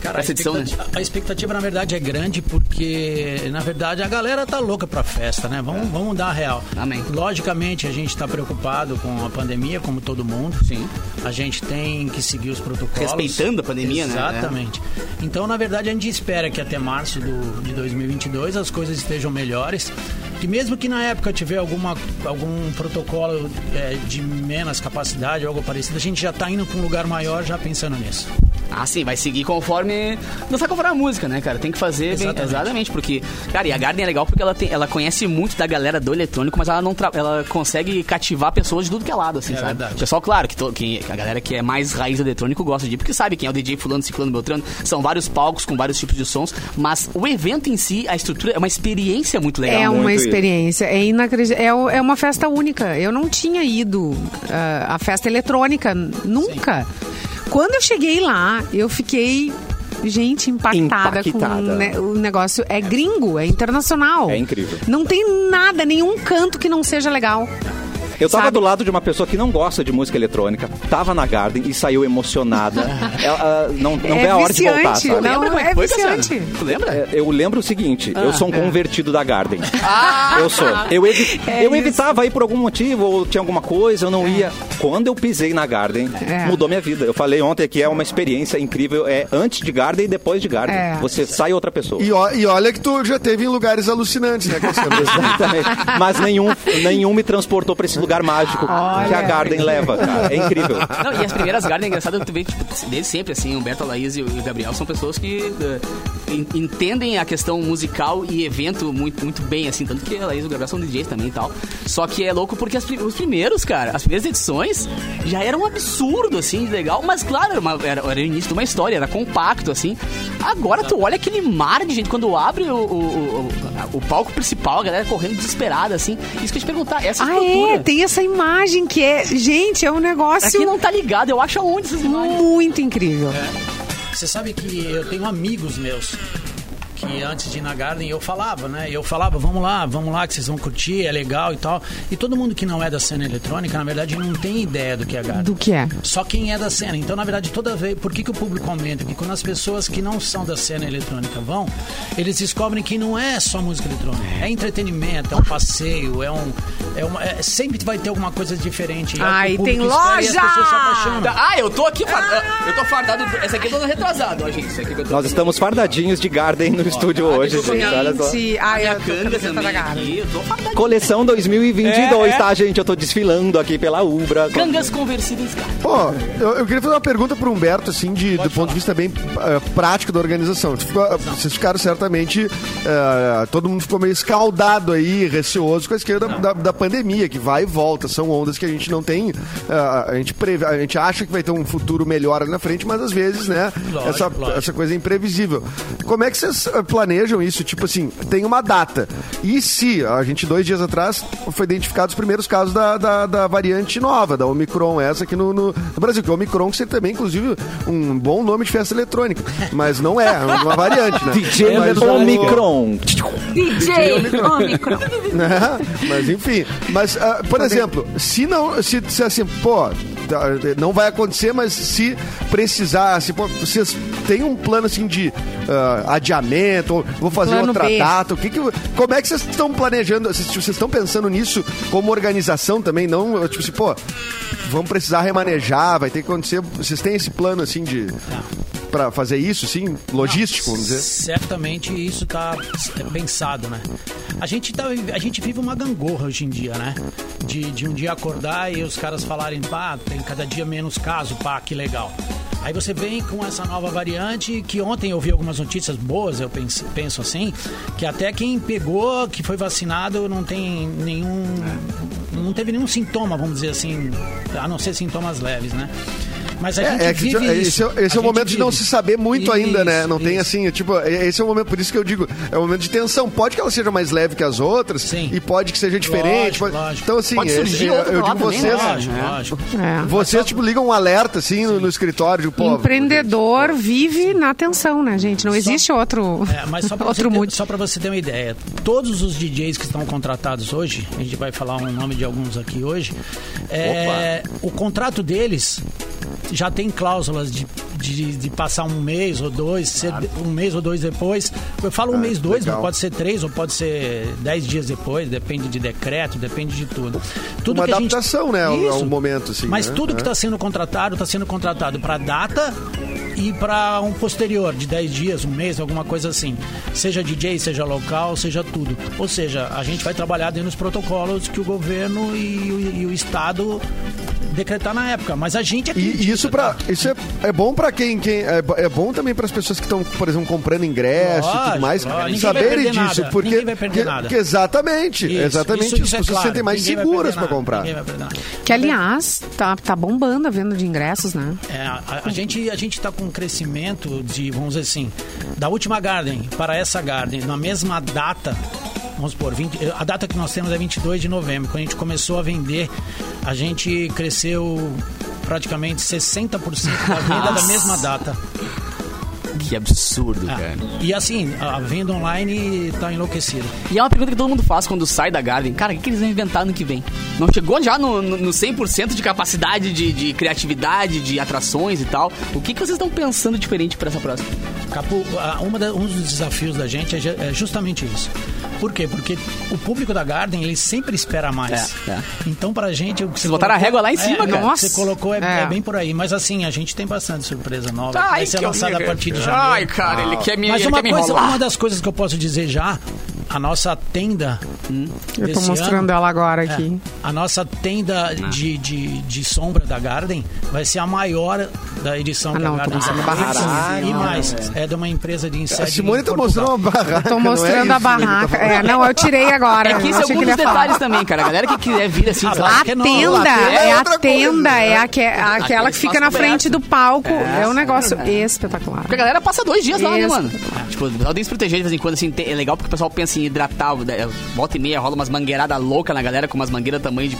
Cara,
Essa
a,
edição, né?
expectativa, a expectativa, na verdade, é grande porque, na verdade, a galera tá louca pra festa, né? Vamos, vamos dar a real.
É. Amém.
Logicamente, a gente tá preocupado com a pandemia, como todo mundo.
Sim.
A gente tem que seguir os protocolos.
Respeitando a pandemia, né?
Exatamente. Então, na verdade, a gente espera que até março do, de 2022 as coisas estejam melhores. Que mesmo que na época tiver alguma, algum protocolo eh, de menos capacidade ou algo parecido, a gente já tá indo pra um lugar maior já pensando nisso.
Ah, sim, vai seguir conforme. Dançar conforme a música, né, cara? Tem que fazer bem- exatamente.
Exatamente.
porque. Cara, e a Garden é legal porque ela, tem, ela conhece muito da galera do eletrônico, mas ela não tra- ela consegue cativar pessoas de tudo que é lado, assim,
É
sabe?
verdade.
O pessoal, claro, que, to- que a galera que é mais raiz do eletrônico gosta de, porque sabe quem é o DJ Fulano, Ciclano, Beltrano. São vários palcos com vários tipos de sons, mas o evento em si, a estrutura, é uma experiência muito legal.
É
né?
uma
isso.
experiência, é inacreditável. É, o- é uma festa única. Eu não tinha ido ah, à festa eletrônica, n- nunca. Quando eu cheguei lá, eu fiquei, gente, impactada,
Impactada.
com. né, o negócio é gringo, é internacional.
É incrível.
Não tem nada, nenhum canto que não seja legal.
Eu tava
Sabe?
do lado de uma pessoa que não gosta de música eletrônica, tava na Garden e saiu
<laughs>
emocionada. Ela, ah, não não
É
vê a hora de voltar,
viciante,
sabe?
né?
Lembra
Não,
como é
é
que foi, Cassiano?
viciante.
Tu lembra?
É, Eu lembro o seguinte, eu
Ah.
sou um convertido da Garden. eu sou. Eu, evi-
É
eu
isso.
evitava ir por algum motivo, ou tinha alguma coisa, eu não ia. Quando eu pisei na Garden,
É.
mudou minha vida. Eu falei ontem que é uma experiência incrível. É antes de Garden e depois de Garden.
É.
Você sai outra pessoa.
E, ó- e olha que tu já teve em lugares alucinantes, né? Cassiano?
<laughs>
Exatamente. Mas nenhum, nenhum me transportou pra esse lugar mágico que a Garden leva, cara. É incrível.
Não, e as primeiras Garden, é engraçado, tu vê, tipo, desde sempre, assim, o Humberto, a Laís e o Gabriel são pessoas que eh, en- entendem a questão musical e evento muito, muito bem, assim, tanto que a Laís e o Gabriel são DJs também e tal. Só que é louco porque as pri- os primeiros, cara, as primeiras edições já eram um absurdo, assim, de legal, mas claro, era, uma- era- era o início de uma história, era compacto, assim. Agora tu olha aquele mar de gente, quando abre o, o- o- o palco principal, a galera correndo desesperada, assim. Isso que eu ia te perguntar, essa
Ah,
estrutura...
é? Tem essa imagem que é. Gente, é um
Pra quem É.
negócio
não tá ligado, eu acho aonde esses imagens?
muito incrível.
Você sabe que eu tenho amigos meus que antes de ir na Garden eu falava, né? Eu falava, vamos lá, vamos lá, que vocês vão curtir, é legal e tal. E todo mundo que não é da cena eletrônica, na verdade, não tem ideia do que é Garden.
Do que é?
Só quem é da cena. Então, na verdade, toda vez. Por que, que o público aumenta? Porque quando as pessoas que não são da cena eletrônica vão, eles descobrem que não é só música eletrônica. É entretenimento, é um passeio, é um. É uma, é- sempre vai ter alguma coisa diferente. É o que o
Ai,
público
tem
espera e as
loja!
pessoas se apaixonam.
Tá,
Ah, eu tô aqui fardado. Eu tô fardado. Essa aqui eu tô retrasado, ó, gente. Isso aqui que eu tô
Nós estamos fardadinhos de Garden no estúdio hoje,
deixa eu
gente. Olha só.
Gente, ai,
Minha
eu tô com a
canga
camiseta da
também
Garden.
aqui. Eu tô fardado.
Coleção 2022,
É, é.
tá, gente? Eu tô desfilando aqui pela Ubra.
Cangas conversíveis, cara.
Ó, eu, eu queria fazer uma pergunta pro Humberto, assim, de, do ponto de vista bem eh, prático da organização. Tipo, ah, vocês ficaram certamente. eh, todo mundo ficou meio escaldado aí, receoso com a esquerda da, da pandemia, que vai e volta. São ondas que a gente não tem. ah, a, gente prevê, a gente acha que vai ter um futuro melhor ali na frente, mas às vezes, né?
Lógico,
essa,
lógico.
essa coisa é imprevisível. Como é que vocês ah, planejam isso? Tipo assim, tem uma data. E se a gente, dois dias atrás, foi identificado os primeiros casos da, da, da variante nova, da Omicron, essa aqui no, no- no Brasil, que é Omicron, que seria também, inclusive, um bom nome de festa eletrônica. Mas não é, é uma variante,
<laughs>
né?
DJ
Mas o-
Omicron.
DJ Omicron.
<laughs> né? Mas enfim. Mas, ah, por exemplo, se não. Se, se assim, pô, tá, não vai acontecer, mas se precisar, se pô, vocês têm um plano assim de ah, adiamento, ou vou fazer
Plano
outra
B.
data, o que que. Como é que vocês estão planejando? Vocês vocês estão pensando nisso como organização também? Não, tipo assim, pô, vamos precisar remanejar, vai ter que acontecer. Vocês têm esse plano assim de. Pra fazer isso, sim? Logístico, vamos dizer.
Certamente isso tá é pensado, né? A gente, tá, a gente vive uma gangorra hoje em dia, né? De, de um dia acordar e os caras falarem, pá, tem cada dia menos caso, pá, que legal. Aí você vem com essa nova variante, que ontem eu vi algumas notícias boas, eu penso, penso assim, que até quem pegou, que foi vacinado, não tem nenhum. Não teve nenhum sintoma, vamos dizer assim, a não ser sintomas leves, né? Mas a gente
É, é que
vive
já- esse,
isso.
é- esse é
A
o momento
gente
de não
vive.
se saber muito
Isso,
ainda, né? Não tem
isso.
assim, é, tipo, é- esse é o momento, por isso que eu digo, é um momento de tensão. Pode que ela seja mais leve que as outras,
Sim.
e pode que seja diferente.
Lógico,
pode-
lógico.
Então, assim,
Pode
esse-
surgir
eu,
outra
eu
lá
digo
também,
vocês,
né?
Lógico,
É.
lógico.
É.
vocês, tipo, ligam um alerta, assim, no, no escritório, tipo, pô,
Empreendedor vive na tensão, né, gente? Não existe outro,
É, mas só pra,
<laughs> outro
você ter,
mood.
só pra você ter uma ideia, todos os DJs que estão contratados hoje, a gente vai falar um nome de alguns aqui hoje, é, o contrato deles já tem cláusulas de, de, de passar um mês ou dois, ser um mês ou dois depois. Eu falo um mês, dois,
Ah. legal.
mas pode ser três ou pode ser dez dias depois, depende de decreto, depende de tudo. tudo
uma
que a gente-
adaptação, né? Ao, ao
Isso.
momento, assim.
Mas
né?
tudo que
É.
está sendo contratado, está sendo contratado para data e para um posterior, de 10 dias, um mês, alguma coisa assim. Seja DJ, seja local, seja tudo. Ou seja, a gente vai trabalhar dentro dos protocolos que o governo e, o- e o Estado decretar na época. Mas a gente é
E
crítico,
isso
tá?
para isso é, é bom pra quem, quem é, bo- é bom também para as pessoas que estão, por exemplo, comprando ingresso e
Lógico,
tudo mais,
lógico. Ninguém vai
saberem
perder
disso,
nada.
porque
Ninguém vai perder
que-
nada.
que exatamente,
Isso,
exatamente isso,
isso é
as pessoas
claro.
se sentem mais
Ninguém vai
seguras
perder
para
nada,
comprar.
ninguém vai perder nada.
Que, aliás, tá, tá bombando a venda de ingressos, né?
É, a, a gente a gente está com um crescimento de vamos dizer assim da última Garden para essa Garden na mesma data vamos por 20, a data que nós temos é 22 de novembro quando a gente começou a vender a gente cresceu praticamente 60% da venda da mesma data
Que absurdo,
Ah,
É.
cara.
e assim a venda online está enlouquecida
E é uma pergunta que todo mundo faz quando sai da Garden. Cara, o que que eles vão inventar no que vem? Não chegou já no, no, no 100% de capacidade de, de criatividade, de atrações e tal. O que, que vocês estão pensando diferente pra essa próxima?
Capu, ah, uma da- um dos desafios da gente é ju- é justamente isso. Por quê? Porque o público da Garden, ele sempre espera mais.
É, é.
Então, pra gente... o que Vocês
botaram a régua lá em cima,
é,
cara.
não, o que Você
Nossa.
colocou é,
É.
é bem por aí. Mas assim, a gente tem bastante surpresa nova.
Tá,
que vai ser lançada a partir de janeiro.
Ai, cara, ele quer me,
Mas
ele
uma,
quer me
coisa,
enrolar.
uma das coisas que eu posso dizer já, a nossa tenda.
Hum. Eu tô
desse
mostrando
ano-
ela agora
É, <laughs>
aqui.
a nossa tenda de, de, de sombra da Garden vai ser a maior da edição
Ah,
da
não, tô
Garden.
mostrando barraca.
E mais,
né?
é de uma empresa de
A
insetos.
Simone tá mostrando uma barraca.
Tô
<laughs> não é
mostrando
isso,
a
né?
barraca. É, não, eu tirei agora.
É que
eu
isso é
achei
alguns
ele ia falar.
detalhes também, cara. A galera que quiser vir assim,
Ah,
sei lá,
A
Porque não,
tenda,
a tenda
é
é a
outra
tenda,
coisa,
é, aque- a- aquela que fica na
espaço
frente do
coberto.
palco. É, um negócio espetacular.
Porque a galera passa dois dias lá, né,
Isso.
mano? Tipo, ela tem que se proteger de vez em quando, assim, tem- é legal porque o pessoal pensa em hidratar, né, volta e meia rola umas mangueiradas loucas na galera, com umas mangueiras tamanho de,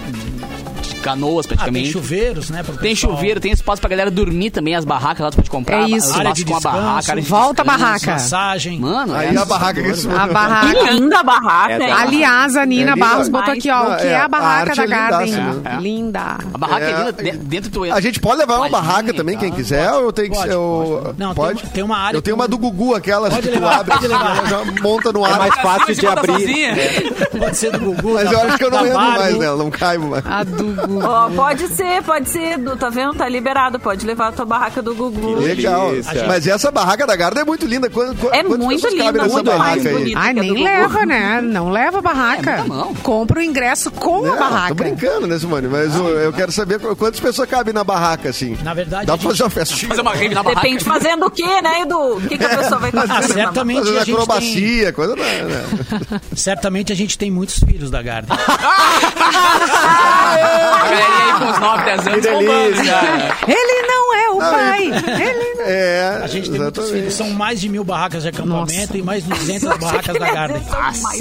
de canoas
Ah, tem
praticamente.
chuveiros, né? pro
tem
pessoal.
chuveiro, tem espaço pra galera dormir também, as barracas
Ah,
lá tu pode comprar.
É isso.
Espaço
Área de
com a
descanso.
barraca, área de
Volta a
descanso.
barraca.
Massagem.
Mano, é
Aí a barraca que
A
Que
barraca.
linda barraca,
É,
hein?
tá.
Aliás, a
É
Nina
linda
Barros
demais.
botou aqui, ó,
Não,
o que
é,
é
a
a barraca
arte
da
é
Garden.
lindaça,
né?
Linda.
A barraca é,
É,
linda, de- dentro do...
A gente pode levar uma
Lojinha
barraca
e
também,
tal.
tá?
quem quiser, ou tem que
Pode,
ser. o-
pode. Não, tem
pode?
uma- tem uma área
Eu tenho uma do Gugu, aquelas
Pode
que tu
levar,
abre, <laughs>
pode levar.
já monta no
É
ar.
mais
Mas,
fácil de
Bota
abrir.
sozinha.
Pode ser do Gugu. da-
eu acho que eu não
da
entro
Barbie.
mais nela, não caibo mais.
A do Gugu.
Ó, pode ser, pode ser, Edu, tá vendo? Tá liberado, pode levar a tua barraca do Gugu.
Que
Legal.
delícia.
A gente- Mas essa barraca da Garda é muito linda. Quando, quando,
É muito linda,
essa
muito mais
barraca aí?
bonita.
Ai,
que é
nem
do Gugu.
leva, né? Não leva a barraca.
muita mão.
Compra o ingresso com
Não,
a
É, Tô
barraca.
brincando, né, Simone? Mas eu, eu quero saber qu- quantas pessoas cabem na barraca, assim.
Na verdade,
Dá
a
pra fazer uma festinha.
Fazer uma rave na barraca.
Depende fazendo o quê, né, Edu? O que, que a pessoa vai estar
Ah,
fazendo? na
certamente
Fazer
a gente tem...
acrobacia, coisa da. Né?
Certamente a gente tem muitos filhos da
<laughs>
Garden.
A galerinha aí com uns 9, 10 anos bombando já.
Ele não é o pai. Ele
É,
A gente tem muitos
exatamente.
filhos. São mais de mil barracas de acampamento
Nossa.
e mais de 200 barracas da Garden.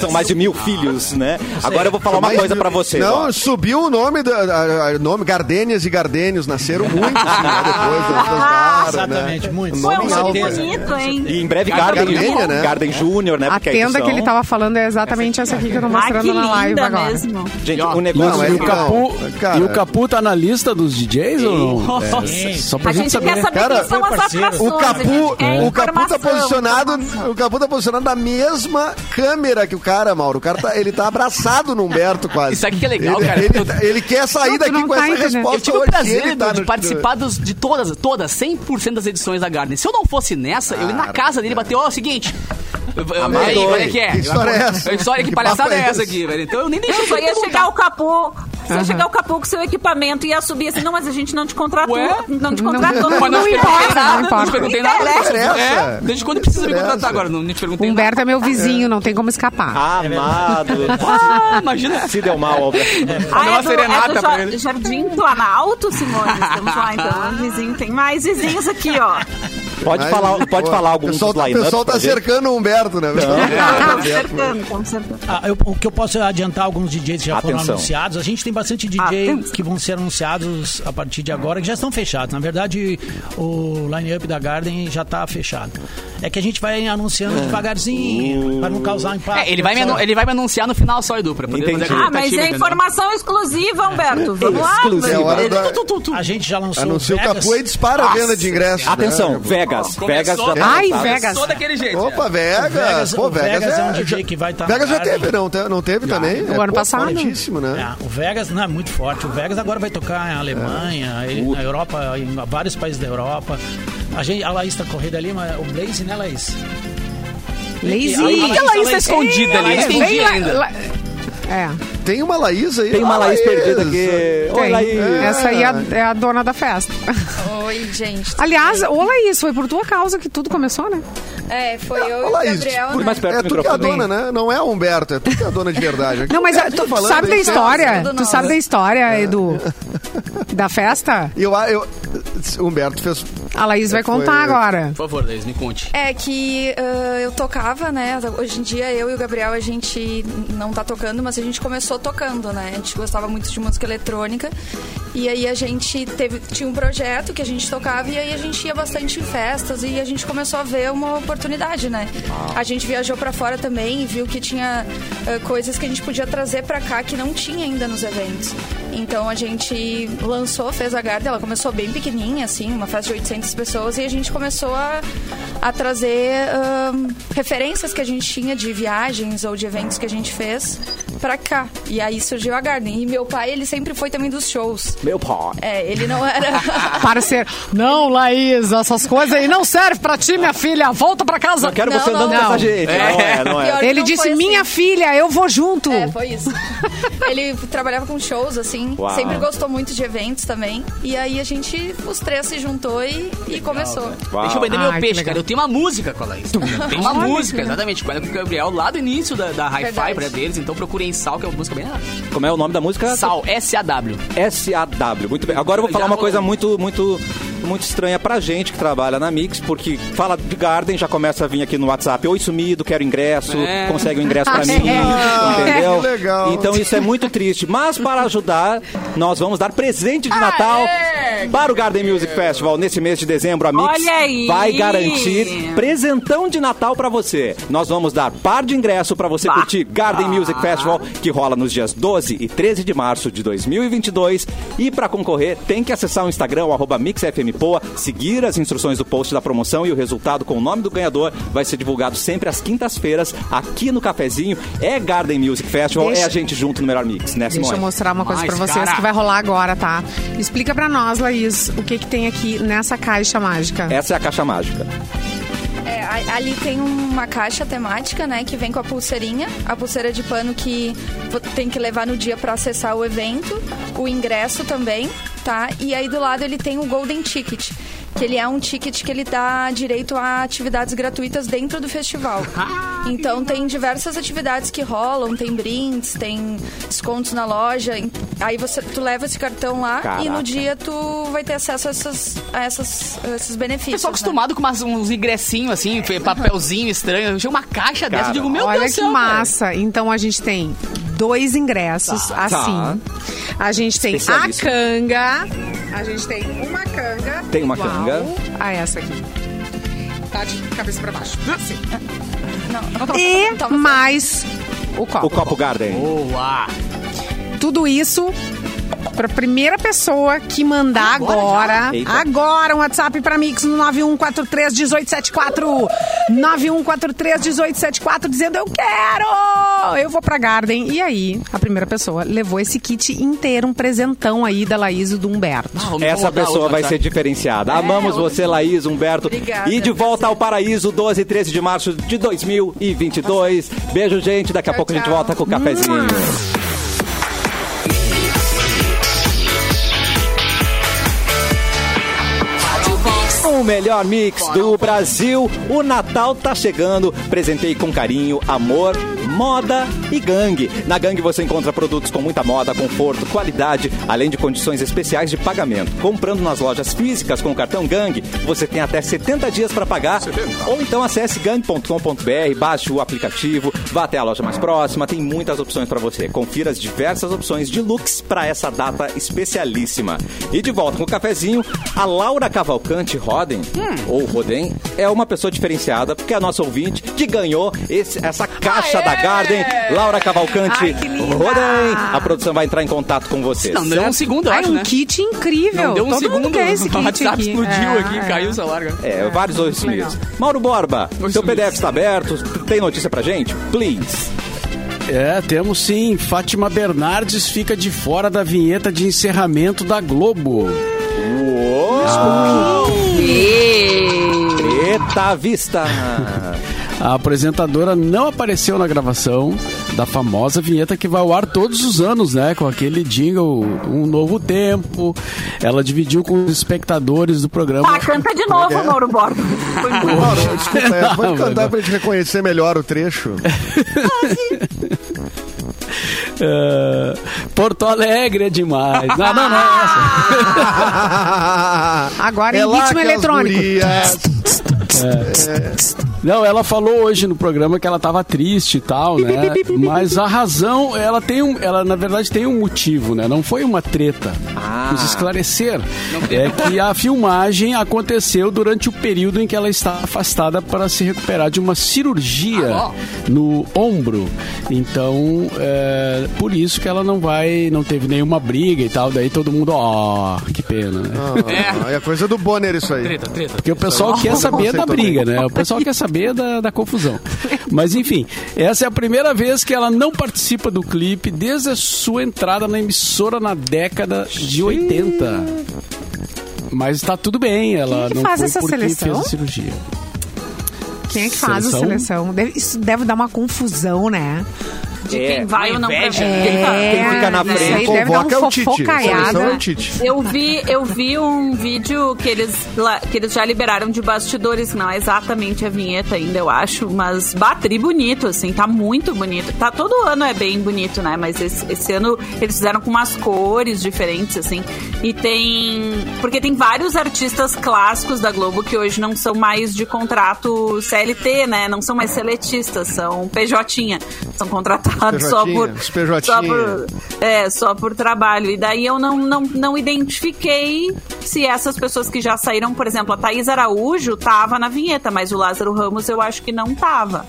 São mais de mil filhos, né? Agora eu vou falar
São
uma
mais
coisa
de-
pra vocês.
Não,
ó.
subiu o nome da. a- a- nome, Gardênias e Gardênios nasceram muito assim, né, depois da
<laughs>
Ah,
Cara, né?
Exatamente, muitos.
Pô, é um
Nome
nome
em alta.
bonito, hein?
E em breve Garden,
Garden
Júnior, né?
Garden Júnior, né?
A
Porque aí
tenda
são-
que ele
tá-
tava falando é exatamente essa aqui que eu tô
Ah, que
mostrando na live
linda
agora.
mesmo.
Gente,
Ó,
o negócio
Não,
Não,
é
e, o
legal.
Capu,
Cara.
e o Capu tá na lista dos DJs ou não?
Nossa.
É, só pra
A
gente
gente
saber.
quer saber
Cara,
quem são as
parceiro.
atrações.
O
a gente
Capu,
quer
o Capu tá
informação,
posicionado,
informação.
o Capu tá posicionado na mesma câmera que o cara, Mauro. O cara tá, ele tá abraçado no Humberto quase.
Isso aqui que é legal,
ele,
cara.
Ele, tá-
Eu-
ele quer sair
Não, tu
daqui
não
com
tá
essa
entendendo.
resposta.
Eu tive o
hoje que
prazer
ele tá
Edu, de
no-
participar dos- de todas, todas, 100% das edições da Garden. Se eu não fosse nessa, eu ia na casa dele e bater, ó, é o seguinte. eu- eu-
Amador,
aí, qual é que é?
que história é essa?
Que história, que
Que
palhaçada
papo
é
é
essa
esse?
aqui, velho? Então eu nem deixei
Eu só ia
perguntar.
chegar o Capu, se eu chegar o Capu com seu equipamento e ia subir assim, não, mas a gente não te contratou,
Ué?
não te
Não,
contratou.
não,
Mas
não
não
te
importa,
contratou.
Não te
importa.
perguntei nada.
Interessa.
É, desde quando precisa me
Interessa.
contratar agora? Não te perguntei nada.
Humberto é meu vizinho, não tem como escapar.
É
Amado.
Ah, imagina.
Se deu mal, Alberto.
Mandar uma
é do,
serenata
é do
pra
Ja-
ele. Ah.
Jardim Planalto, Simone. Estamos lá, então. Vizinho, tem mais vizinhos aqui, ó.
Pode
Mas,
falar, pode
pô,
falar
o
alguns
pessoal,
dos
tá- O
lineups
pessoal tá
pra gente?
cercando o Humberto, né?
Tá,
Estamos cercando, estamos cercando.
Ah, eu- o que eu posso adiantar, alguns DJs que já
Atenção.
foram anunciados. A gente tem bastante DJ
Atenção.
que vão ser anunciados a partir de agora, que já estão fechados. Na verdade, o line-up da Garden já está fechado. É que a gente vai anunciando devagarzinho, para não causar impacto.
É, ele, vai me, anu- ele vai me anunciar no final só, Edu, pra poder
Entendi.
fazer a
Ah, mas
expectativa,
é
entendeu?
informação exclusiva, Humberto. Vamos lá.
É a
tá
hora da...
A gente já lançou
Anuncia o
Vegas.
capô e dispara a venda de ingressos. né?
É, Atenção, Vegas.
Começou-
Vegas já
é,
tá
Ai,
lançado.
Vegas.
Só daquele jeito.
Opa, Vegas.
Vegas-
Pô,
o
Vegas,
Vegas é um DJ que vai tá na
Vegas já
Garden.
teve, não, te- não teve também? É,
no ano passado.
fortíssimo, né?
É, o Vegas não é muito forte. O Vegas agora vai tocar na Alemanha,
É.
ele- na Europa, em vários países da Europa. A, gente, a Laís tá corrida ali, mas o Blaze, né, Laís?
Lazy.
Ih,
Por que ela está escondida ali? Eu não entendi ainda.
É,
Tem uma Laís aí.
Tem uma
Ah,
Laís perdida aqui. Oi,
tem.
Laís.
Essa aí é a, é a dona da festa.
Oi, gente.
Aliás, ô Laís, foi por tua causa que tudo começou, né?
É, foi eu e
Ô,
o
Laís,
Gabriel,
Por
né?
mais perto
É
do
tu que é a
microfone.
dona, né? Não é o Humberto, é tu que é a dona de verdade.
<laughs> Não, mas ah, é,
Eu tô
tu
falando, né?
sabe da
hein, É.
é
história?
tudo
Tu
nosso.
sabe da história, Edu? Da festa?
Eu, ah, eu, Humberto fez.
A Laís
É,
vai
Foi-
contar agora.
Por favor, Deis, me conte.
É que ah, eu tocava, né? Hoje em dia eu e o Gabriel a gente não tá tocando, mas a gente <laughs> começou tocando, né? A gente gostava muito de música eletrônica. E aí a gente teve, tinha um projeto que a gente tocava e aí a gente ia bastante em festas e a gente começou a ver uma oportunidade, né? A gente viajou pra fora também e viu que tinha ah, coisas que a gente podia trazer pra cá que não tinha ainda nos eventos. Então a gente lançou, fez a Garda, ela começou bem pequenininha, assim, uma festa de 800 pessoas, e a gente começou a, a trazer ahn, referências que a gente tinha de viagens ou de eventos que a gente fez pra cá. E aí surgiu a Garden. E meu pai, ele sempre foi também dos shows.
Meu pau.
É, ele não era.
Parceiro. Não, Laís, essas coisas aí não servem pra ti, minha filha. Volta pra casa.
Não quero
Não,
você andando
não,
com essa
não.
gente. Não é, não é.
Pior que
Ele
não
disse,
foi assim.
minha filha, eu vou junto.
É, foi isso. ele trabalhava com shows, assim.
Uau.
Sempre gostou muito de eventos também. E aí a gente, os três se juntou e, e começou.
Uau.
Deixa eu vender meu
Ai, que
peixe,
legal.
cara. Eu tenho uma música com a Laís. Tem uma música, exatamente. Com ela e com o Gabriel, lá do início da, da Hi-Fi
Verdade.
pra deles. Então procurem Sal, que é uma música bem... Ah,
Como é o nome da música?
Sal, S-A-W.
S-A-W. Muito bem. Agora eu vou
Já
falar uma
rolou.
coisa muito, muito, muito estranha pra gente que trabalha na Mix, porque fala de Garden, já começa a vir aqui no WhatsApp. Oi, sumido, quero ingresso,
É.
consegue um ingresso pra mim.
Ah,
entendeu?
que legal.
Então isso é muito triste. Mas para ajudar, nós vamos dar presente de Natal para o Garden Music Festival. Nesse mês de dezembro, a Mix
Olha aí.
vai garantir presentão de Natal pra você. Nós vamos dar par de ingresso pra você curtir Garden Music Festival, que rola nos dias 12 e 13 de março de 2022. E pra concorrer, tem que acessar o Instagram, o arroba MixFMPoa, seguir as instruções do post da promoção e o resultado com o nome do ganhador vai ser divulgado sempre às quintas-feiras aqui no Cafezinho. É Garden Music Festival,
Deixa-
é a gente junto no Melhor Mix, né,
assim.
Simone?
Deixa eu mostrar uma coisa
Mas,
pra vocês
cara.
que vai rolar agora, tá? Explica pra nós, Laís, o que que tem aqui nessa caixa mágica.
Essa é a caixa mágica.
É, a- ali tem uma caixa temática, né, que vem com a pulseirinha, a pulseira de pano que vo- tem que levar no dia pra acessar o evento, o ingresso também, tá? E aí do lado ele tem o Golden Ticket, que ele é um ticket que ele dá direito a atividades gratuitas dentro do festival. Então tem diversas atividades que rolam, tem brindes, tem descontos na loja. em- Aí você tu leva esse cartão
Ah,
lá e
Caraca.
no dia tu vai ter acesso a, essas, a, essas, a esses
O
benefícios.
pessoal
né?
acostumado com umas- uns ingressinhos, assim, papelzinho estranho. Eu Chega uma caixa dessa, eu digo, meu
Olha
Deus do
que
céu, cara.
massa. Então a gente tem dois ingressos, assim. A gente tem a
Especialista.
canga. A gente tem uma canga.
Tem uma
igual
canga.
A essa aqui. Tá de cabeça pra baixo. Assim.
Não.
E
Toma
mais o copo.
O Copo Garden.
Boa.
Tudo isso para primeira pessoa que mandar agora,
Eita.
agora, um WhatsApp para Mix no 91431874. 91431874 dizendo eu quero! Eu vou pra Garden. E aí, a primeira pessoa levou esse kit inteiro, um presentão aí da Laís e do Humberto.
Ah, vamos
Essa
rodar
pessoa
outro
vai
tá?
WhatsApp.
ser diferenciada. Amamos você, Laís, Humberto.
É, Obrigada.
E de volta ao paraíso, 12 e 13 de março de 2022. Beijo, gente. Daqui a
Tchau,
pouco a gente
tchau. Hum.
volta com o cafezinho.
Humberto
o melhor mix do Brasil. O Natal tá chegando. Presentei com carinho, amor, moda e gangue. Na gangue você encontra produtos com muita moda, conforto, qualidade, além de condições especiais de pagamento. Comprando nas lojas físicas com o cartão gangue, você tem até 70 dias para pagar. Ou então acesse gangue.com.br, baixe o aplicativo, vá até a loja mais próxima, tem muitas opções para você. Confira as diversas opções de looks para essa data especialíssima. E de volta com o cafezinho, a Laura Cavalcante Roden,
Hum.
ou Roden, é uma pessoa diferenciada, porque é a nossa ouvinte que ganhou esse- essa caixa da Garden. Laura Cavalcante
Ai, que linda!
Roden. A produção vai entrar em contato com você.
Não, deu um segundo, eu
Ai,
acho,
um
né?
kit incrível.
Não deu um
Todo mundo
segundo.
quer esse kit
o <laughs> WhatsApp
aqui.
explodiu
É,
aqui,
é.
caiu o celular. cara.
É, vários outros
legal.
Mauro Borba,
Oi,
seu
sumiço.
PDF está aberto, tem notícia pra gente? Please.
É, temos sim. Fátima Bernardes fica de fora da vinheta de encerramento da Globo.
Eita vista!
A apresentadora não apareceu na gravação da famosa vinheta que vai ao ar todos os anos, né? Com aquele jingle Um Novo Tempo. Ela dividiu com os espectadores do programa.
Ah, canta
é
de novo, Mauro Borba. Foi muito
<laughs>
bom.
Mauro, desculpa, é,
Não,
pode cantar
não.
pra gente reconhecer melhor o trecho.
É, Porto Alegre é demais. Não, não, não é essa.
Agora em
É lá
ritmo
que as
eletrônico. <laughs>
gurias-
Não, ela falou hoje no programa que ela tava triste e tal, né? Mas a razão, ela tem um, ela na verdade tem um motivo, né? Não foi uma treta. Nos esclarecer é que a filmagem aconteceu durante o período em que ela está afastada para se recuperar de uma cirurgia
Ah,
no ombro. Então, é, por isso que ela não vai, não teve nenhuma briga e tal. Daí todo mundo, ó, que pena, né?
Ah, é coisa do Bonner isso aí.
Treta, treta.
Porque o pessoal
Isso aí.
quer saber da
Conceito
briga, né? O pessoal quer saber da, da confusão. Mas enfim, essa é a primeira vez que ela não participa do clipe desde a sua entrada na emissora na década de 80. Mas está tudo bem, ela
Quem que
não
faz
foi
essa
porque
seleção?
fez a cirurgia.
Quem é que faz a
Seleção?
seleção? Deve- isso deve dar uma confusão, né?
De
É,
quem vai ou não pra
inveja, né?
ver.
Quem fica na
É, isso
frente
aí deve dar um
Convoca é o Tite. Seleção é
fofocaiada.
o Tite.
Eu vi, eu vi um vídeo que eles, la- que eles já liberaram de bastidores, não é exatamente a vinheta ainda, eu acho, mas batri bonito, assim, tá muito bonito. Tá todo ano é bem bonito, né? Mas esse, esse ano eles fizeram com umas cores diferentes, assim. E tem. Porque tem vários artistas clássicos da Globo que hoje não são mais de contrato CLT, né? Não são mais seletistas, são PJ. São contratados só por.
Os PJ.
Só por, é, só por trabalho. E daí eu não, não, não identifiquei se essas pessoas que já saíram, por exemplo, a Thaís Araújo tava na vinheta, mas o Lázaro Ramos eu acho que não tava.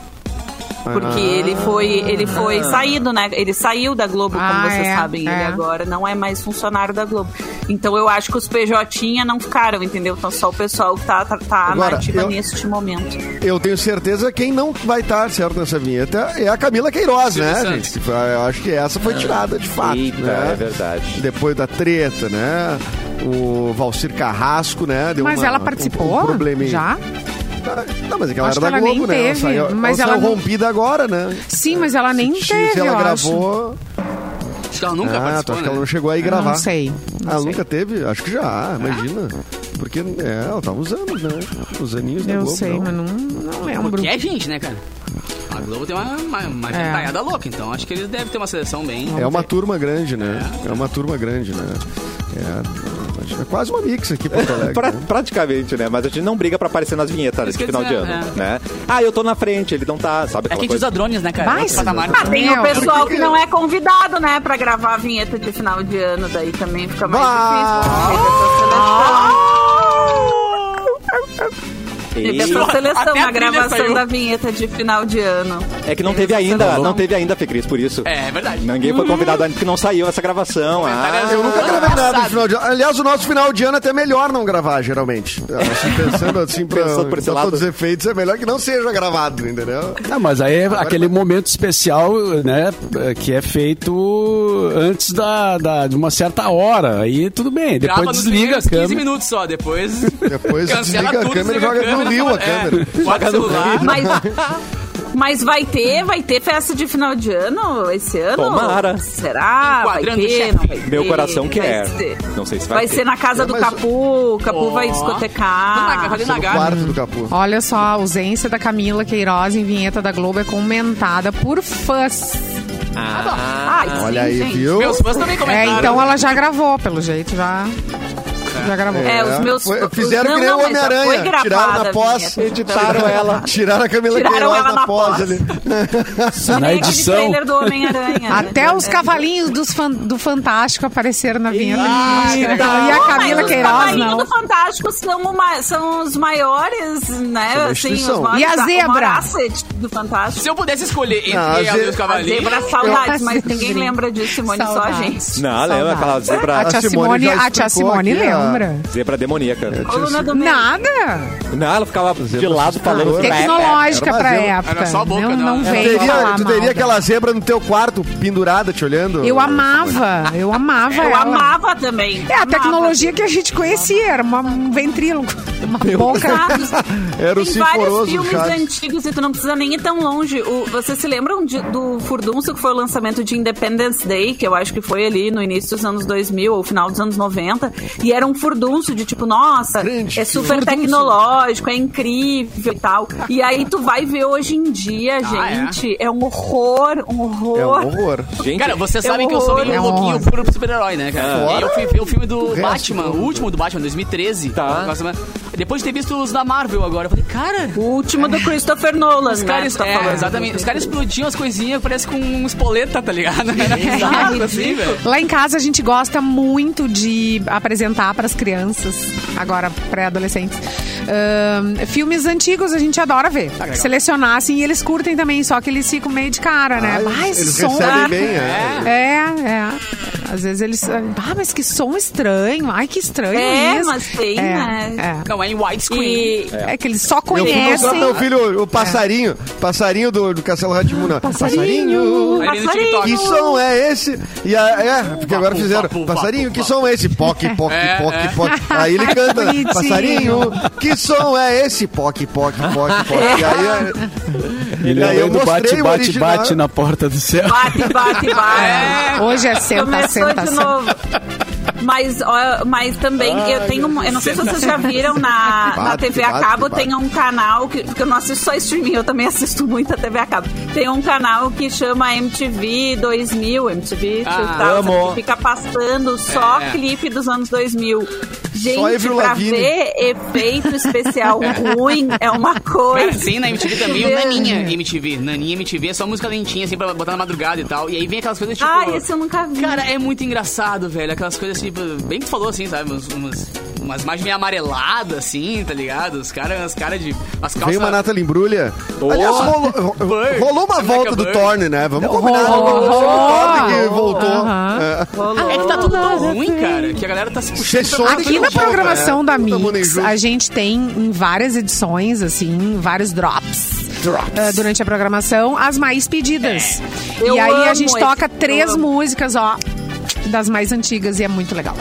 Porque
Ah.
ele foi ele foi saído, né? Ele saiu da Globo,
Ah,
como vocês
é,
sabem.
é.
Ele agora não é mais funcionário da Globo. Então eu acho que os PJ não ficaram, entendeu? Então só o pessoal que tá, tá, tá
Agora,
na ativa
eu-
neste momento.
Eu tenho certeza quem não vai estar certo nessa vinheta é a Camila Queiroz, né, gente? Eu acho que essa foi tirada de fato.
Eita,
né?
é verdade.
Depois da treta, né? O Valcir Carrasco, né? deu
Mas
uma-
ela
um-
participou
um probleminha.
já?
Não, mas é que ela
Acho
era
que
da
ela
Globo,
nem teve,
né? ela saiu,
mas
ela
ela
saiu
não-
rompida agora, né?
Sim, mas ela nem
Se
teve, eu
ela
acho.
gravou.
Acho que ela nunca
Ah, tu
participou,
acha que ela
né?
não chegou aí gravar?
Não sei. Não
ah,
sei. Ah.
nunca teve? Acho que já, imagina. Porque, é, ela tava uns anos, né? Os aninhos da
Eu
Globo,
sei,
não.
mas não, não um lembro.
Porque é gente, né, cara? A Globo tem uma, uma, uma ventaiada louca, então acho que eles devem ter uma seleção bem...
É uma turma grande, né? É uma turma grande, né? É, é quase uma mix
<laughs>
aqui, Porto Alegre.
Pra-
né?
praticamente, né? Mas a gente não briga pra aparecer nas vinhetas
Isso
de
que
final de
eu ia
ano,
dizer,
né? Ah, eu tô na frente, ele não tá, sabe
É
aquela
quem
coisa?
usa drones, né, cara?
Vai,
Outro patamar.
Samara.
Tem é o
Meu,
pessoal que não é convidado, né, pra gravar a vinheta de final de ano, daí também fica mais difícil. porque tem pessoas selecionadas.
Ah!
Tem
Ei,
pessoa seleção
Até a
na
trilha
gravação
saiu.
da vinheta de final de ano.
É que não teve ainda, não teve ainda, Fê Cris, por isso.
assim, É, é verdade.
Ninguém foi convidado ainda porque não saiu essa gravação. Ah,
Eu
é
nunca gravei nada no final de ano. Aliás, o nosso final de ano é até melhor não gravar, geralmente. Assim, pensando assim, pra,
Pensando por esse
pra
lado.
todos os efeitos, é melhor que não seja gravado, entendeu?
Não, mas aí é aquele momento especial, né, que é feito antes da, da- de uma certa hora. Aí tudo bem, depois
Grava nos
desliga a
primeiros 15
câmera.
minutos só, depois...
Depois
cancela
desliga a
tudo,
câmera e
desliga
joga no rio a
é,
câmera.
<laughs>
Joga no celular.
Mas, Ah, Mas vai ter, vai ter festa de final de ano esse ano?
Tomara.
Será? Vai
Enquadrando o
ter,
chefe.
não vai ter.
Meu coração
Vai
quer.
ser.
Não sei se vai
Vai
ter.
ser na casa do
Mas-
Capu, o Capu vai discotecar.
Vai
No quarto do capô.
Olha só, a ausência da Camila Queiroz em vinheta da Globo é comentada por fãs.
Ai, sim,
Olha aí,
gente.
viu?
Meus fãs também
É,
comentaram.
então ela já gravou, pelo jeito, já. Já gravou.
É, os meus
Foi-
os-
fizeram
não,
que nem
não,
o
mas já foi
Homem-Aranha.
gravada
Tiraram
a
na pós,
vinheta.
editaram ela. Tiraram a Camila
Tiraram
Queiroz
ela
na
na
pós
pós.
ali.
Na
Nem aquele
edição.
trailer do Homem-Aranha.
Até
né?
os cavalinhos dos fan- do Fantástico apareceram na vinheta.
Eita!
e a
Não,
Camila
mas
Queiroz,
Os Cavalinhos
não.
do Fantástico são, uma- são os maiores, né? Assim, os
instituição.
maiores,
E a
o maior
zebra?
asset do Fantástico.
Se eu pudesse escolher entre
Não, a
a
ze-
dos
A
cavalinhos...
zebra, saudades, mas
Nossa,
ninguém
gente.
lembra disso, Simone, só a
Saudades.
gente.
Não, lembra aquela zebra,
A tia
A Simone
Simone,
já
a tia
explicou
Simone
aqui, ó.
lembra.
zebra demoníaca.
Coluna do meio.
Nada.
Não, ela ficava de lado falando.
Ah,
"Pé, pé".
Tecnológica
Era
pra
vazio.
época.
Era só a boca
não,
dela.
não
Tu
Tu
veio
teria,
falar
tu
mal
teria
dela.
aquela zebra no teu quarto, pendurada, te olhando?
Eu amava, eu amava
Eu
ela.
amava também.
É a
Amava.
tecnologia que a gente conhecia, era uma, um ventríloco, uma boca.
Sabe?
<laughs>
Era o
Tem vários
sinforoso,
filmes
Chaves.
antigos e tu não precisa nem ir tão longe. O- vocês se lembram de- do Furdunço, que foi o lançamento de Independence Day, que eu acho que foi ali no início dos anos 2000 ou final dos anos 90. E era um Furdunço de tipo, nossa,
Grande
é super tecnológico, é incrível e tal. E aí tu vai ver hoje em dia,
Ah,
gente, é. um horror, um horror.
É um horror.
Gente,
Cara, vocês sabem que eu sou meio
É um
louquinho
horror.
por super-herói, né, cara?
Fora
Eu fui ver o filme do
o resto
Batman,
todo.
o último do Batman, 2013.
Tá.
Depois de ter visto os da Marvel agora, eu falei, cara,
O último do Christopher Nolan,
os
né?
caras.
tu tá
é,
falando.
exatamente. Os caras explodiam as coisinhas, parece com um espoleta, tá ligado? <laughs> Era bizarro, assim, velho.
Lá em casa a gente gosta muito de apresentar para as crianças, agora pré-adolescentes. ahn, filmes antigos a gente adora ver.
Tá
Selecionar, assim, e eles curtem também, só que eles ficam meio de cara, né?
Ah,
Ah, esse
eles
som.
recebem bem, é.
É, é. Às vezes eles. Ah, mas que som estranho. Ai, que estranho
É,
isso.
mas tem,
é,
né?
é.
Não, é em widescreen.
E,
É que eles só
Meu filho,
conhecem. É.
só meu filho, o passarinho. Passarinho do, do Castelo Ratimuna. Passarinho.
Aí vem no
passarinho.
TikTok.
Que som é esse? E a, é, porque agora
papu,
fizeram.
papu,
passarinho,
papu,
que
papu.
som é esse? Poc, poc,
É,
poc,
é.
poc.
<laughs>
Aí ele canta. né?
Bonitinho.
passarinho, que som é esse? Poc, poc,
<laughs>
poc, poc. E aí,
Ele
E aí eu
é do bate,
mostrei
bate,
o um original.
bate na porta do céu.
Bate, bate, bate.
Hoje é senta,
Começou
senta,
de
senta.
novo. Mas, ó, mas também eu tenho. um- Eu não sei se vocês já viram na, na
Bate,
TV a
bate,
cabo,
bate.
tem um canal que. Porque eu não assisto só streaming, eu também assisto muito a TV a cabo. Tem um canal que chama MTV 2000, MTV
Ah,
2000,
amo.
que fica passando só
É.
clipe dos anos 2000. Gente,
Avril
pra
Lavigne.
ver efeito especial
<laughs>
ruim é uma
Cara,
coisa.
tem na MTV também o
Meu Deus.
Naninha MTV. Naninha MTV é só música lentinha, assim, pra botar na madrugada e tal. E aí vem aquelas coisas tipo.
Ah, esse eu nunca vi.
Cara, é muito engraçado, velho. Aquelas coisas assim, bem que tu falou assim, sabe? Umas, umas, umas imagens meio amareladas, assim, tá ligado? Os caras os cara de. As calças.
veio uma nata limbrulha.
Oh.
Aliás,
<laughs>
rolou, ro-
Burn.
rolou uma
Like a
volta do
burn.
Thorne, né? Vamos combinar. Rolou. O Thorne que voltou. É.
É que tá tudo tão ruim, cara, que a galera tá se puxando.
Sessões
pra-
que
Aqui
não
na
volta,
programação
né?
da
Todo mundo
Mix,
injusto.
a gente tem em várias edições, assim, vários drops. eh, durante a programação, as mais pedidas.
Eu
E aí a
amo
gente
esse-
toca
eu
três
amo.
músicas, ó, das mais antigas e é muito legal.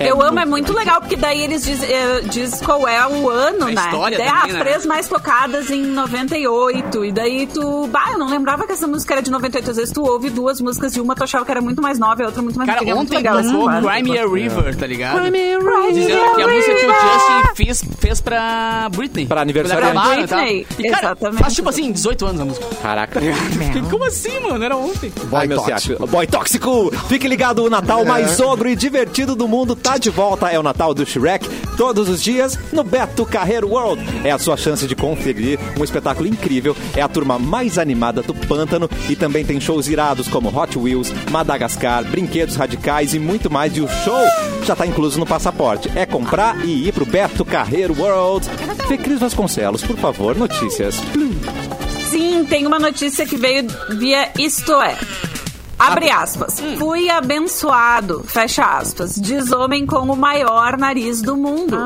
eu amo, é muito legal, porque daí eles dizem diz qual é o ano,
A
né?
história
daí,
também,
as
né?
três mais tocadas em 98. E daí tu. Bah, eu não lembrava que essa música era de 98. Às vezes tu ouve duas músicas de uma, tu achava que era muito mais nova e a outra muito mais
Cara,
antiga. É muito
ontem
legal essa
lançou
história.
Cry Me a River, tá ligado?
Cry Me
Dizendo que a
a
música que o
River.
Justin fez, fez pra Britney.
Pra aniversariante.
Quando gravaram e tal.
Britney,
E, cara,
exatamente.
faz tipo assim, 18 anos a música.
Caraca. <laughs>
Fiquei, Como assim, mano? Era ontem.
Ai, meu
tóxico.
tóxico. Boy tóxico! Fique ligado, o Natal mais sogro e divertido do mundo tá de volta. É o Natal do Shrek, todos os dias, no Beto Carreiro World. É a sua chance de conferir um espetáculo incrível. É a turma mais animada do pântano e também tem shows irados como Hot Wheels, Madagascar, Brinquedos Radicais e muito mais. E o show já tá incluso no passaporte. É comprar e ir pro Beto Carreiro World. Fê Cris Vasconcelos, por favor, notícias.
Sim, tem uma notícia que veio via Isto É. Abre
Ah,
aspas.
hum.
Fui abençoado, fecha aspas, diz homem com o maior nariz do mundo.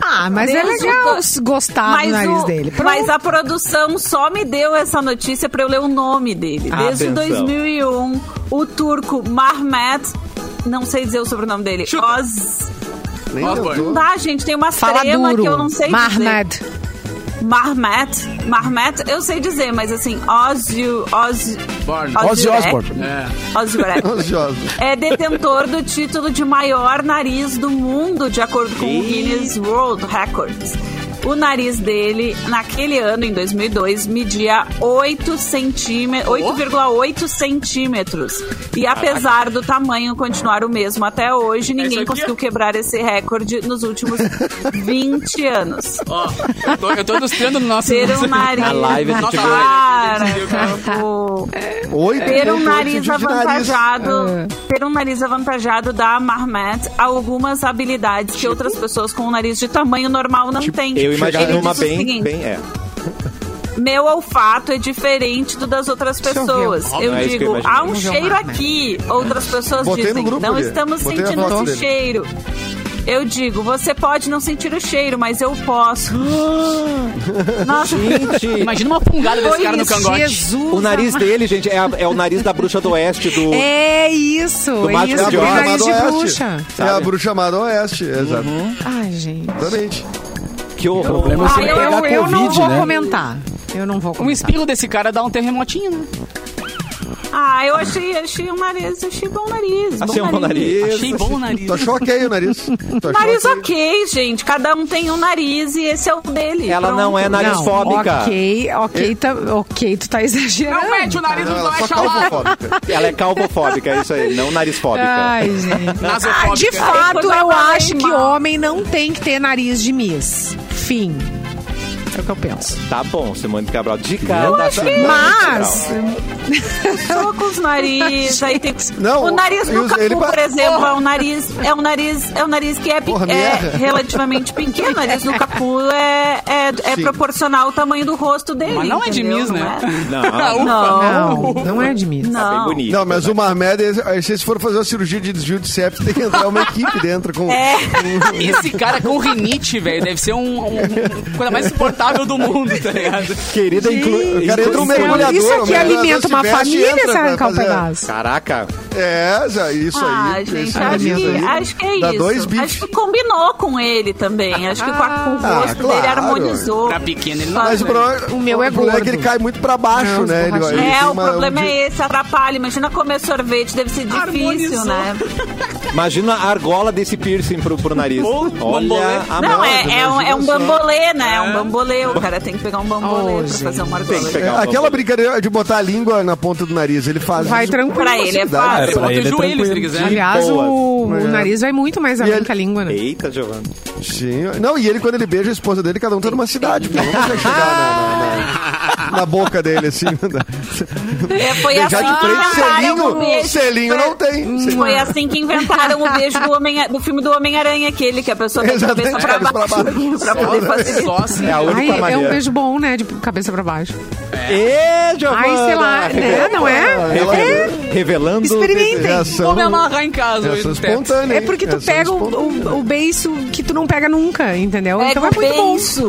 Ah, mas é
Deus,
legal
o-
s- gostar do nariz
o-
dele. um- Pronto.
Mas a produção só me deu essa notícia pra eu ler o nome dele. Desde
Atenção.
2001, o turco Mahmet, não sei dizer o sobrenome dele.
Chuta.
Oz,
Nem
Ó,
tentou. né?
não dá, gente, tem uma
Fala
trema
duro.
que eu não sei dizer.
Marmed.
Marmet. Marmet, eu sei dizer, mas assim, Ozzy... Ozzy,
Born.
Ozzy
Osbourne.
Osbourne.
Ozzy Osbourne.
<laughs> Ansiosa.
é detentor do título de maior nariz do mundo, de acordo com o Guinness World Records. O nariz dele, naquele ano, em 2002, media 8 centíme- 8,8 centímetros. E apesar do tamanho continuar o mesmo até
É
hoje,
isso
ninguém
aqui,
conseguiu
ó.
quebrar esse recorde nos últimos 20
<laughs>
anos.
Ó, eu tô, eu tô ilustrando no nosso...
Ter um nariz.
Na live a gente
Para,
viu.
pô.
Oito
Ter um
pontos
nariz
de nariz. É.
avantajado, ter um nariz avantajado dá a Marmet algumas habilidades que outras pessoas com um nariz de tamanho normal não têm.
Tipo, Eu
Ele
imagino uma
diz o
bem,
seguinte,
bem é.
Meu olfato é diferente do das outras
eu ver.
pessoas.
Ó,
Eu
é isso que eu
digo,
imaginei.
há um
Vamos ver o
cheiro
Marmet.
aqui. Outras pessoas
Botei no
dizem,
grupo
não
ali.
estamos
Botei a
sentindo
foto
esse
dele.
cheiro. Eu digo, você pode não sentir o cheiro, mas eu posso.
Hum,
Nossa,
Gente,
Imagina uma fungada desse cara no cangote.
Jesus.
o nariz dele, gente, é, a- é o nariz da bruxa do oeste do...
É isso,
Do
é
Mágico
isso.
de
um
Tem
Oz.
nariz
Chamado
de
Oeste.
bruxa.
É a bruxa chamada Oeste, exato.
Uhum.
Ai, gente.
Exatamente.
Que
O
horror.
problema é você
Ah, eu,
pegar
eu não
Covid,
vou
né?
comentar. Eu não vou
Um
comentar.
espirro desse cara dá um terremotinho, né?
ah, eu achei, achei um nariz, achei bom nariz.
Assim, é um
bom
bom nariz.
Achei bom né? o nariz.
Tu achou ok o nariz? Tu achou
Nariz
ok?
ok, gente. Cada um tem um nariz e esse é o dele.
Ela
Pronto.
não é narizfóbica.
Ok,
É.
ok, tá, ok, tu tá exagerando.
Não mete o nariz
Não,
no
ela só
baixo lá.
calvofóbica.
Ela é calvofóbica, é isso aí, não narizfóbica.
Ai,
<laughs>
gente.
Nasofóbica.
De fato,
Coisa
eu
mais
acho que
mal.
homem não tem que ter nariz de Miss. Fim. É o que eu penso.
Tá bom, Simone Cabral. tá Dica da Simone né? Tá
Mas,
Só com os nariz. aí tem que-
Não,
o nariz
e
do
os-
Capu,
ele pa-
por exemplo, é um nariz, é um nariz, é um nariz que é, pe-
Porra, me
é
<laughs> erra.
relativamente pequeno. O nariz do Capu é, é, é
Sim.
proporcional ao tamanho do rosto dele.
Mas não é de
entendeu?
Miss, né? <laughs>
Não.
Não,
é? Não.
não, não é de Miss.
tá bem
não.
bonito.
Não, mas o Marmed, aí se vocês forem fazer uma cirurgia de desvio de septo, tem que entrar uma equipe dentro com.
<laughs> É.
Esse cara com rinite, velho, deve ser um, um- um- coisa mais insuportável do mundo, tá ligado?
Querida, inclui...
O cara entra
inclusão.
um mergulhador.
Isso aqui
o mergulhador
alimenta
se
uma
veste e
família
entra
se
pra
arrancar um
fazer-
pedaço.
Caraca,
É, já, isso
Ah,
aí.
gente,
isso
acho
aí, isso
que,
aí.
acho que é
Dá
isso.
dois bifes.
Acho que combinou com ele também. Acho que com, a- com o
Ah,
rosto dele
claro.
harmonizou.
Pra Tá pequeno ele não
Mas
Mas o
o
problema,
O meu é
o problema é que
gordo.
ele cai muito pra baixo,
Não,
né? Ele,
esborrachado.
ele
É,
tem
o
uma-
problema
um-
é esse, atrapalha. Imagina comer sorvete, deve ser difícil,
Harmonizou.
né?
imagina a argola desse piercing pro, pro nariz.
Ou
Olha
bambolê.
a
Não,
mão.
é, é um, é um
só.
bambolê, né? É um bambolê. O cara tem que pegar um bambolê
Oh,
pra
gente.
fazer uma argola.
Tem que pegar.
É, aquela brincadeira de botar a língua na ponta do nariz, ele faz.
Vai
isso
tranquilo.
com
Pra ele
né?
é
facilidade.
fácil.
É, pra
Bota
ele
o
é
joelho se ele
tranquilo.
quiser.
Aliás,
Boa.
o, o
É.
nariz vai muito mais além
ele-
que a língua, né?
Eita, Giovana.
Sim. Não, e ele, quando ele beija a esposa dele, cada um tá numa cidade. Pô. Não consegue chegar na, na- na- na boca dele, assim.
É, foi
Beijar
assim
de
que
frente,
inventaram o
selinho.
beijo.
Selinho não tem. Selinho.
Foi assim que inventaram o beijo do, homem, do filme do Homem-Aranha, aquele que a pessoa tem a
Exatamente,
cabeça
cabeça <laughs>
pra
pra
baixo.
baixo.
Pra poder fazer
Só assim.
É a única
Ai, é um
maneira.
beijo bom, né? De cabeça pra baixo.
Ê, Giovana.
Ai, sei lá, né? Não é?
Revela-
É.
Revelando...
Experimentem.
Já
Vou
são,
me amarrar em casa
já são
hoje. Teto.
espontâneas.
um É porque tu
Já são
pega o,
espontâneas.
o, o beiço que tu não pega nunca, entendeu?
Pega
então é
o
muito bom.
beiço.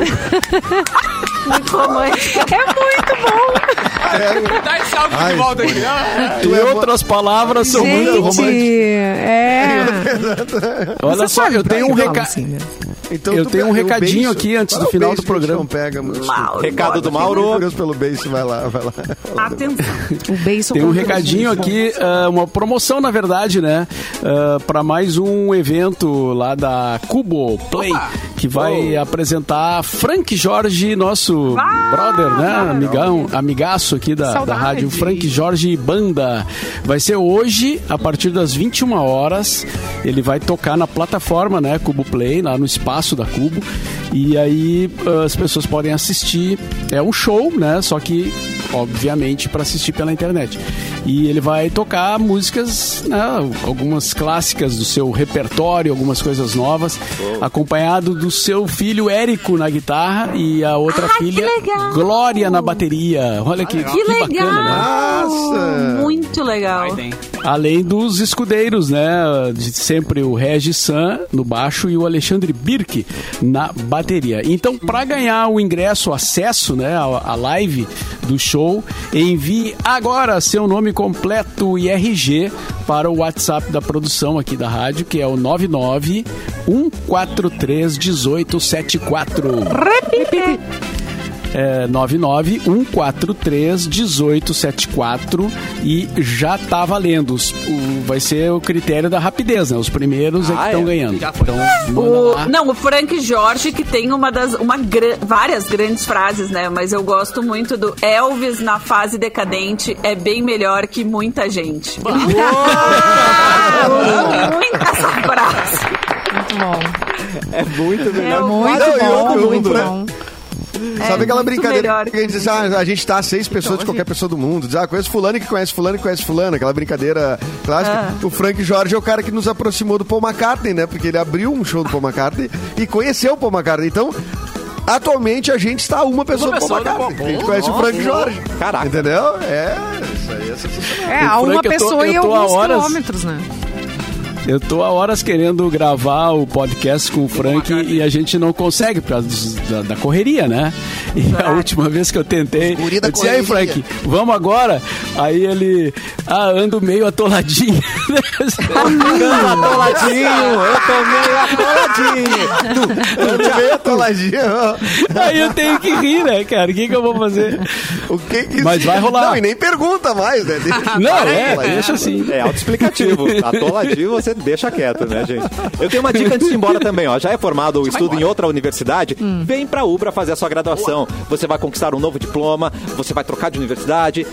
Muito romântico.
É muito bom.
Dá esse álcool
Ai,
de volta aqui. Ah,
Tu
Em
é
outras palavras, <laughs> são muito românticas.
Gente, é.
<laughs> Olha
Então Você
só,
sabe
eu
pra
tenho um
que eu
recado.
falo assim, né?
Então
Eu
tu
tenho um
pega- eu
recadinho
beijo.
aqui antes do
Fala o
final
beijo
do
que a gente
programa.
Não pega, mas
Mauro,
Recado do
Mauro.
Mauro.
curioso pelo beijo, vai lá, vai lá.
Atenção.
O beijo
Tem um
contra o
recadinho
beijo.
aqui, ah, uma promoção, na verdade, né? para mais um evento lá da Cubo Play, que vai apresentar Frank Jorge, nosso brother, né? Amigão, amigaço aqui da, da
Saudade.
rádio Frank Jorge e Banda. Vai ser hoje, a partir das 21 horas. Ele vai tocar na plataforma, né? Cubo Play, lá no espaço da Cubo. E aí ah, as pessoas podem assistir. É um show, né? Só que, obviamente, para assistir pela internet. E ele vai tocar músicas, né, algumas clássicas do seu repertório, algumas coisas novas, acompanhado do seu filho Érico na guitarra e a outra
Ah, que
filha
legal!
Glória na bateria. Olha que,
Que
que
legal.
bacana, né?
Nossa.
Muito legal.
tem.
Além dos escudeiros, né? De sempre o Regis San no baixo e o Alexandre Birk na bateria. Então, para ganhar o ingresso, o acesso, né? A, a live do show, envie agora seu nome completo e RG para o WhatsApp da produção aqui da rádio, que é o um 99 143 1874. é, 991431874 e já tá valendo. Os- o- vai ser o critério da rapidez, né? Os primeiros é que
Ah,
estão
é?
ganhando.
Já foi.
Então, manda
O,
lá.
não, o Frank Jorge, que tem uma das uma, gra- várias grandes frases, né? Mas eu gosto muito do Elvis na fase decadente é bem melhor que muita gente. <laughs> Essa frase.
Muito bom.
É muito melhor.
Muito
Ah,
Não, e
bom,
outro,
muito
né?
bom.
Sabe aquela
É muito
brincadeira
melhor.
que a gente diz, ah, a gente tá seis pessoas de qualquer pessoa do mundo. Diz, ah, conheço fulano que conhece fulano que conhece fulano. Aquela brincadeira clássica. O Frank Jorge é o cara que nos aproximou do Paul McCartney, né? Porque ele abriu um show do Paul McCartney e conheceu o Paul McCartney. Então, atualmente a gente está uma pessoa, do
pessoa
Paul
do
McCartney.
Paul.
a gente conhece o
Nossa,
Frank Jorge.
caraca.
Entendeu? É, isso aí é sensacional.
É, há uma
Frank, eu tô-
pessoa e
eu tô há
alguns
horas-
quilômetros, né?
Eu tô há horas querendo gravar o podcast com o Frank e a gente não consegue por causa dos- da, da correria, né? E a última vez que eu tentei,
Guri da
eu disse, aí
correria."
Frank, vamos agora? Aí ele, ah, ando meio atoladinho. <laughs>
Atoladinho, eu tomei atoladinho.
Eu meio atoladinho.
<laughs> aí eu tenho que rir, né, cara? O que, que eu vou fazer?
O que que
Mas
isso-
vai rolar.
Não, e nem pergunta mais, né?
<laughs> Não,
Para
é,
aí,
deixa assim.
É autoexplicativo. Atoladinho você deixa quieto, né, gente? Eu tenho uma dica antes de ir embora também, ó. Já é formado ou estudo em outra universidade? Vem pra Ubra fazer a sua graduação. Você vai conquistar um novo diploma, você vai trocar de universidade.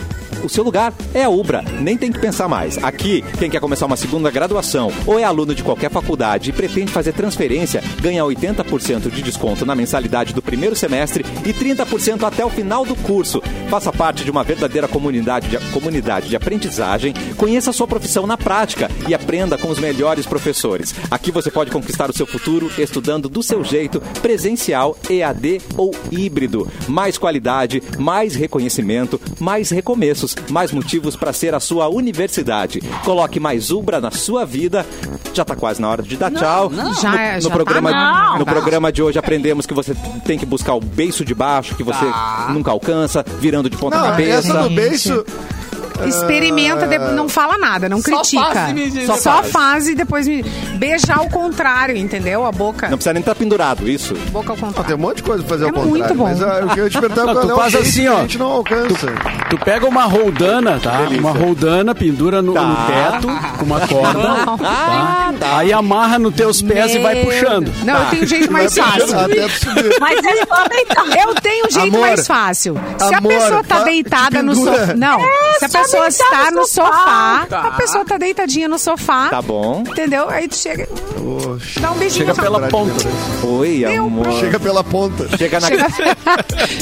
O seu lugar é a Ubra, nem tem que pensar mais. Aqui, quem quer começar uma segunda graduação ou é aluno de qualquer faculdade e pretende fazer transferência, ganha 80% de desconto na mensalidade do primeiro semestre e 30% até o final do curso. Faça parte de uma verdadeira comunidade de, comunidade de aprendizagem, conheça a sua profissão na prática e aprenda com os melhores professores. Aqui você pode conquistar o seu futuro estudando do seu jeito, presencial, EAD ou híbrido. Mais qualidade, mais reconhecimento, mais recomeços, mais motivos para ser a sua universidade. Coloque mais Ubra na sua vida. Já tá quase na hora de dar tchau.
Já é,
No
já tá
programa,
na hora, na
no
verdade.
programa de hoje aprendemos que você tem que buscar o beiço de baixo, que você nunca alcança, virando de ponta
Tá.
tá
Não, é
cabeça.
essa do beijo...
Ah,
Experimenta, de- não fala nada, não
Só
critica.
faz e me diz.
Só,
Só
só
faz.
faz e depois me. Beijar ao contrário, entendeu? A boca.
Não precisa nem estar pendurado, isso.
Boca ao contrário.
Tem um monte de coisa pra fazer
É
ao contrário.
muito bom.
Mas ah, eu queria te perguntar
Não,
qual
tu
é o
faz
jeito
assim,
que
ó.
a gente não alcança.
Tu pega uma roldana, tá? Uma roldana, pendura no,
Tá.
no teto com uma corda, tá? Aí amarra nos teus pés e vai
Meu
puxando. Ah.
Deus. Não, eu tenho um
<laughs>
jeito mais
Vai
fácil.
puxando Até tu subir.
Mas é só deitar.
Eu tenho um jeito
Amor,
mais fácil. Se
amor,
a pessoa tá
fa-
deitada no
pendura.
sofá. Não, se a
É, só
pessoa
deitar
está
no
no
sofá.
sofá, a pessoa tá deitadinha no sofá.
Tá bom.
Entendeu? Aí tu chega.
Oxe,
Dá um beijinho.
Chega pela ponta.
Oi, amor.
Chega pela ponta.
Chega na,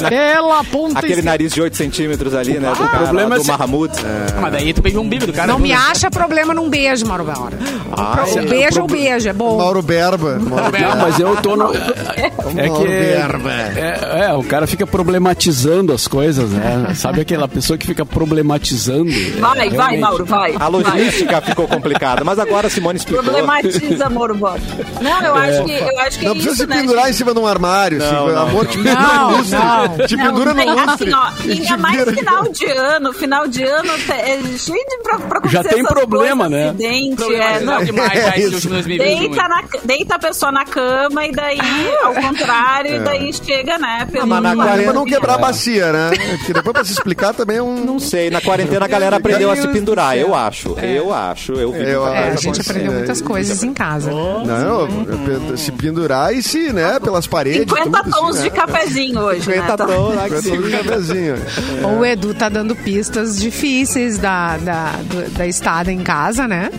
Pela ponta.
aquele nariz de 8 centímetros ali, né?
Ah,
Do cara,
problema
lá,
é
do
se-
Mahamud.
Mas daí tu beijou um bico do cara.
Não me
acha.
acha problema num beijo, Mauro Baura.
Ai,
O beijo é o beijo, é bom.
Mauro Berba. Mauro
Não, mas eu tô no. É
Mauro
que.
Berba.
É, é, o cara fica problematizando as coisas, né? Sabe aquela pessoa que fica problematizando? É,
Vai, vai,
realmente.
Mauro, vai.
a logística ficou complicada, mas agora a Simone explicou.
é
Problematiza, amor, bota. Não, eu acho que, eu acho que
Não
é
precisa
isso,
se
né?
pendurar
gente?
em cima de um armário. assim,
Não,
pelo
não,
amor,
não.
te pendura
Não,
no lustre.
não.
Te
Não,
pendura no
tem-
lustre. <laughs>
assim, ó,
E
ainda
te
mais
vira.
final de ano, final de ano tá- é cheio de pra, pra acontecer
Já tem
essas
problema,
coisas,
né?
Acidente, é,
Problematizar
não,
demais
É
já esse
isso.
último 2021.
Deita, na, deita a pessoa na cama e daí,
<laughs>
ao
É.
contrário, e daí chega, né? Pelo
mas na
O
quarentena-
problema é não quebrar a bacia, né? Porque depois pra se explicar também é um...
Não sei, na quarentena a galera aprendeu a se pendurar, eu acho. Eu acho, eu vi.
É. Eu
É, a
acho.
gente
Sim,
aprendeu
é,
muitas
é,
coisas né? em casa.
Não, eu pe- se pendurar e se, né, pelas paredes.
50
tudo,
tons
assim,
de
né?
cafezinho hoje, né?
50
Tá-
tons lá que
50 tons de cafezinho.
O Edu tá dando pistas difíceis da, da, do- da estada em casa, né?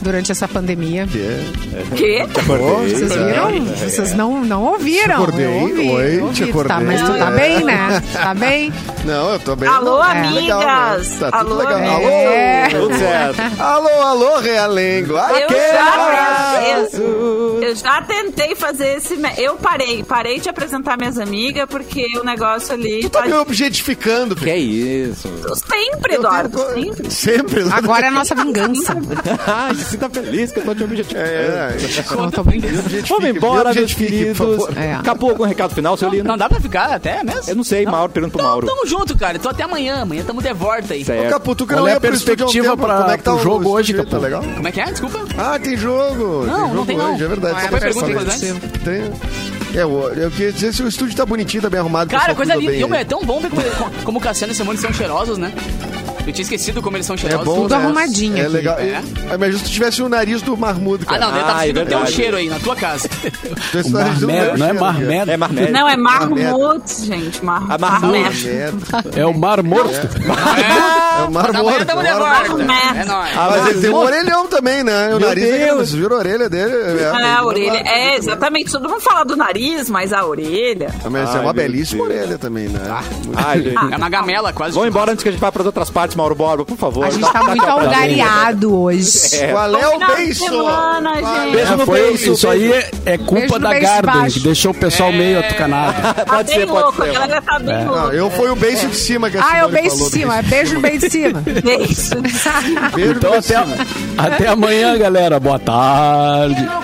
Durante essa pandemia.
é
Quê?
Acordei.
Vocês viram? Vocês não, não ouviram.
Te acordei,
Eu ouvi,
oi,
eu ouvi.
te
Tu tá-
acordei.
mas tu tá
É.
bem, né? Tu Tá bem?
Não, eu tô bem.
Alô,
Não, tá
amigas!
legal, né? Tá tudo
Alô,
legal. Alô,
É.
Tudo certo.
alô, alô, Realengo.
Eu
Aquele
já,
abraço.
eu, eu já tentei fazer esse. me- Eu parei, parei de apresentar minhas amigas, porque o negócio ali.
Tu tá
tá-
me objetificando.
Que isso?
Sempre,
Eu
Eduardo,
tenho
sempre.
co- Sempre. né?
Agora é a nossa vingança.
Ai, se sinta feliz que eu tô te objetificando.
É,
Não, tô brincando.
Vamos embora, meus
Objetifique, por
queridos.
favor.
É.
Acabou algum recado final, seu lindo?
Não dá pra ficar até mesmo?
Eu não sei, Mauro, pergunta pro
Então,
Mauro.
Tamo junto, cara. Tô até amanhã. Amanhã tamo de volta aí.
Certo.
Ô, Capu, tu que não
Olha
ia
é a
pro estúdio há um
perspectiva
tempo,
pra-
como é que tá
pro jogo
o
hoje,
estúdio? Tá
Capu.
legal?
Como é que é? Desculpa.
Ah, tem jogo.
Não, não tem
jogo
não.
hoje, é verdade.
Qual é a
Só pra
pergunta
saber.
importante?
Tem. É, eu, eu queria dizer se o estúdio tá bonitinho, tá bem arrumado. o
Cara,
pessoal
coisa
cuida
linda.
bem
E, meu,
aí.
é tão bom ver como, como- como o Cassiano e o Simone são cheirosos, né? Eu tinha esquecido como eles são
É
cheirosos.
bom,
tudo
né?
arrumadinho
É
aqui.
legal.
É.
É. Mas se tu tivesse o nariz do marmudo,
Ah,
cara.
não, deve
Ah,
tá
é
sentindo até um
verdade.
cheiro aí na tua casa.
Tu tivesse o nariz do
Marmelo,
meu
não é
cheiro, cara.
marmelo.
É marmelo.
Não, é
Marmelo.
marmute, gente. Mar
Ah, marmute.
marmute.
Marmelo.
É o Mar Morto.
<laughs> É o
Tá, amanhã
marmelo.
tamo de
Mar-
volta.
Marmelo.
É nóis.
Ah,
Mas ele tem um
Marmelo.
orelhão também, né? O
Meu
nariz é grande,
Deus.
vocês viram a orelha dele? É,
É, a orelha. É, exatamente. Todo mundo fala do nariz, mas a orelha.
Mas é
Ai, meu
uma belíssima
Deus.
orelha também, né?
Ai, gente.
tá
É uma gamela quase.
Vamos embora antes que a gente vá para outras partes, Mauro Borba, por favor.
A gente tá muito algareado hoje.
É.
Qual é
Bom
o
final de
beijo?
semana, gente.
Beijo no
É, Foi,
beijo.
isso aí é, é
Beijo
culpa
no
da
beijo
Garden,
baixo.
que deixou o pessoal meio atucanado.
Tá
<laughs> Pode
bem
ser, pode
louco, a
ser. É.
galera tá bem
Não,
louca.
eu fui o beijo de cima que a
Ah, é o
Simone
beijo
falou
de <laughs>
do
cima, é beijo no beijo de cima.
<laughs>
Beijo. <laughs>
Beijo
Então
de
até,
cima.
até amanhã, galera. Boa tarde. É.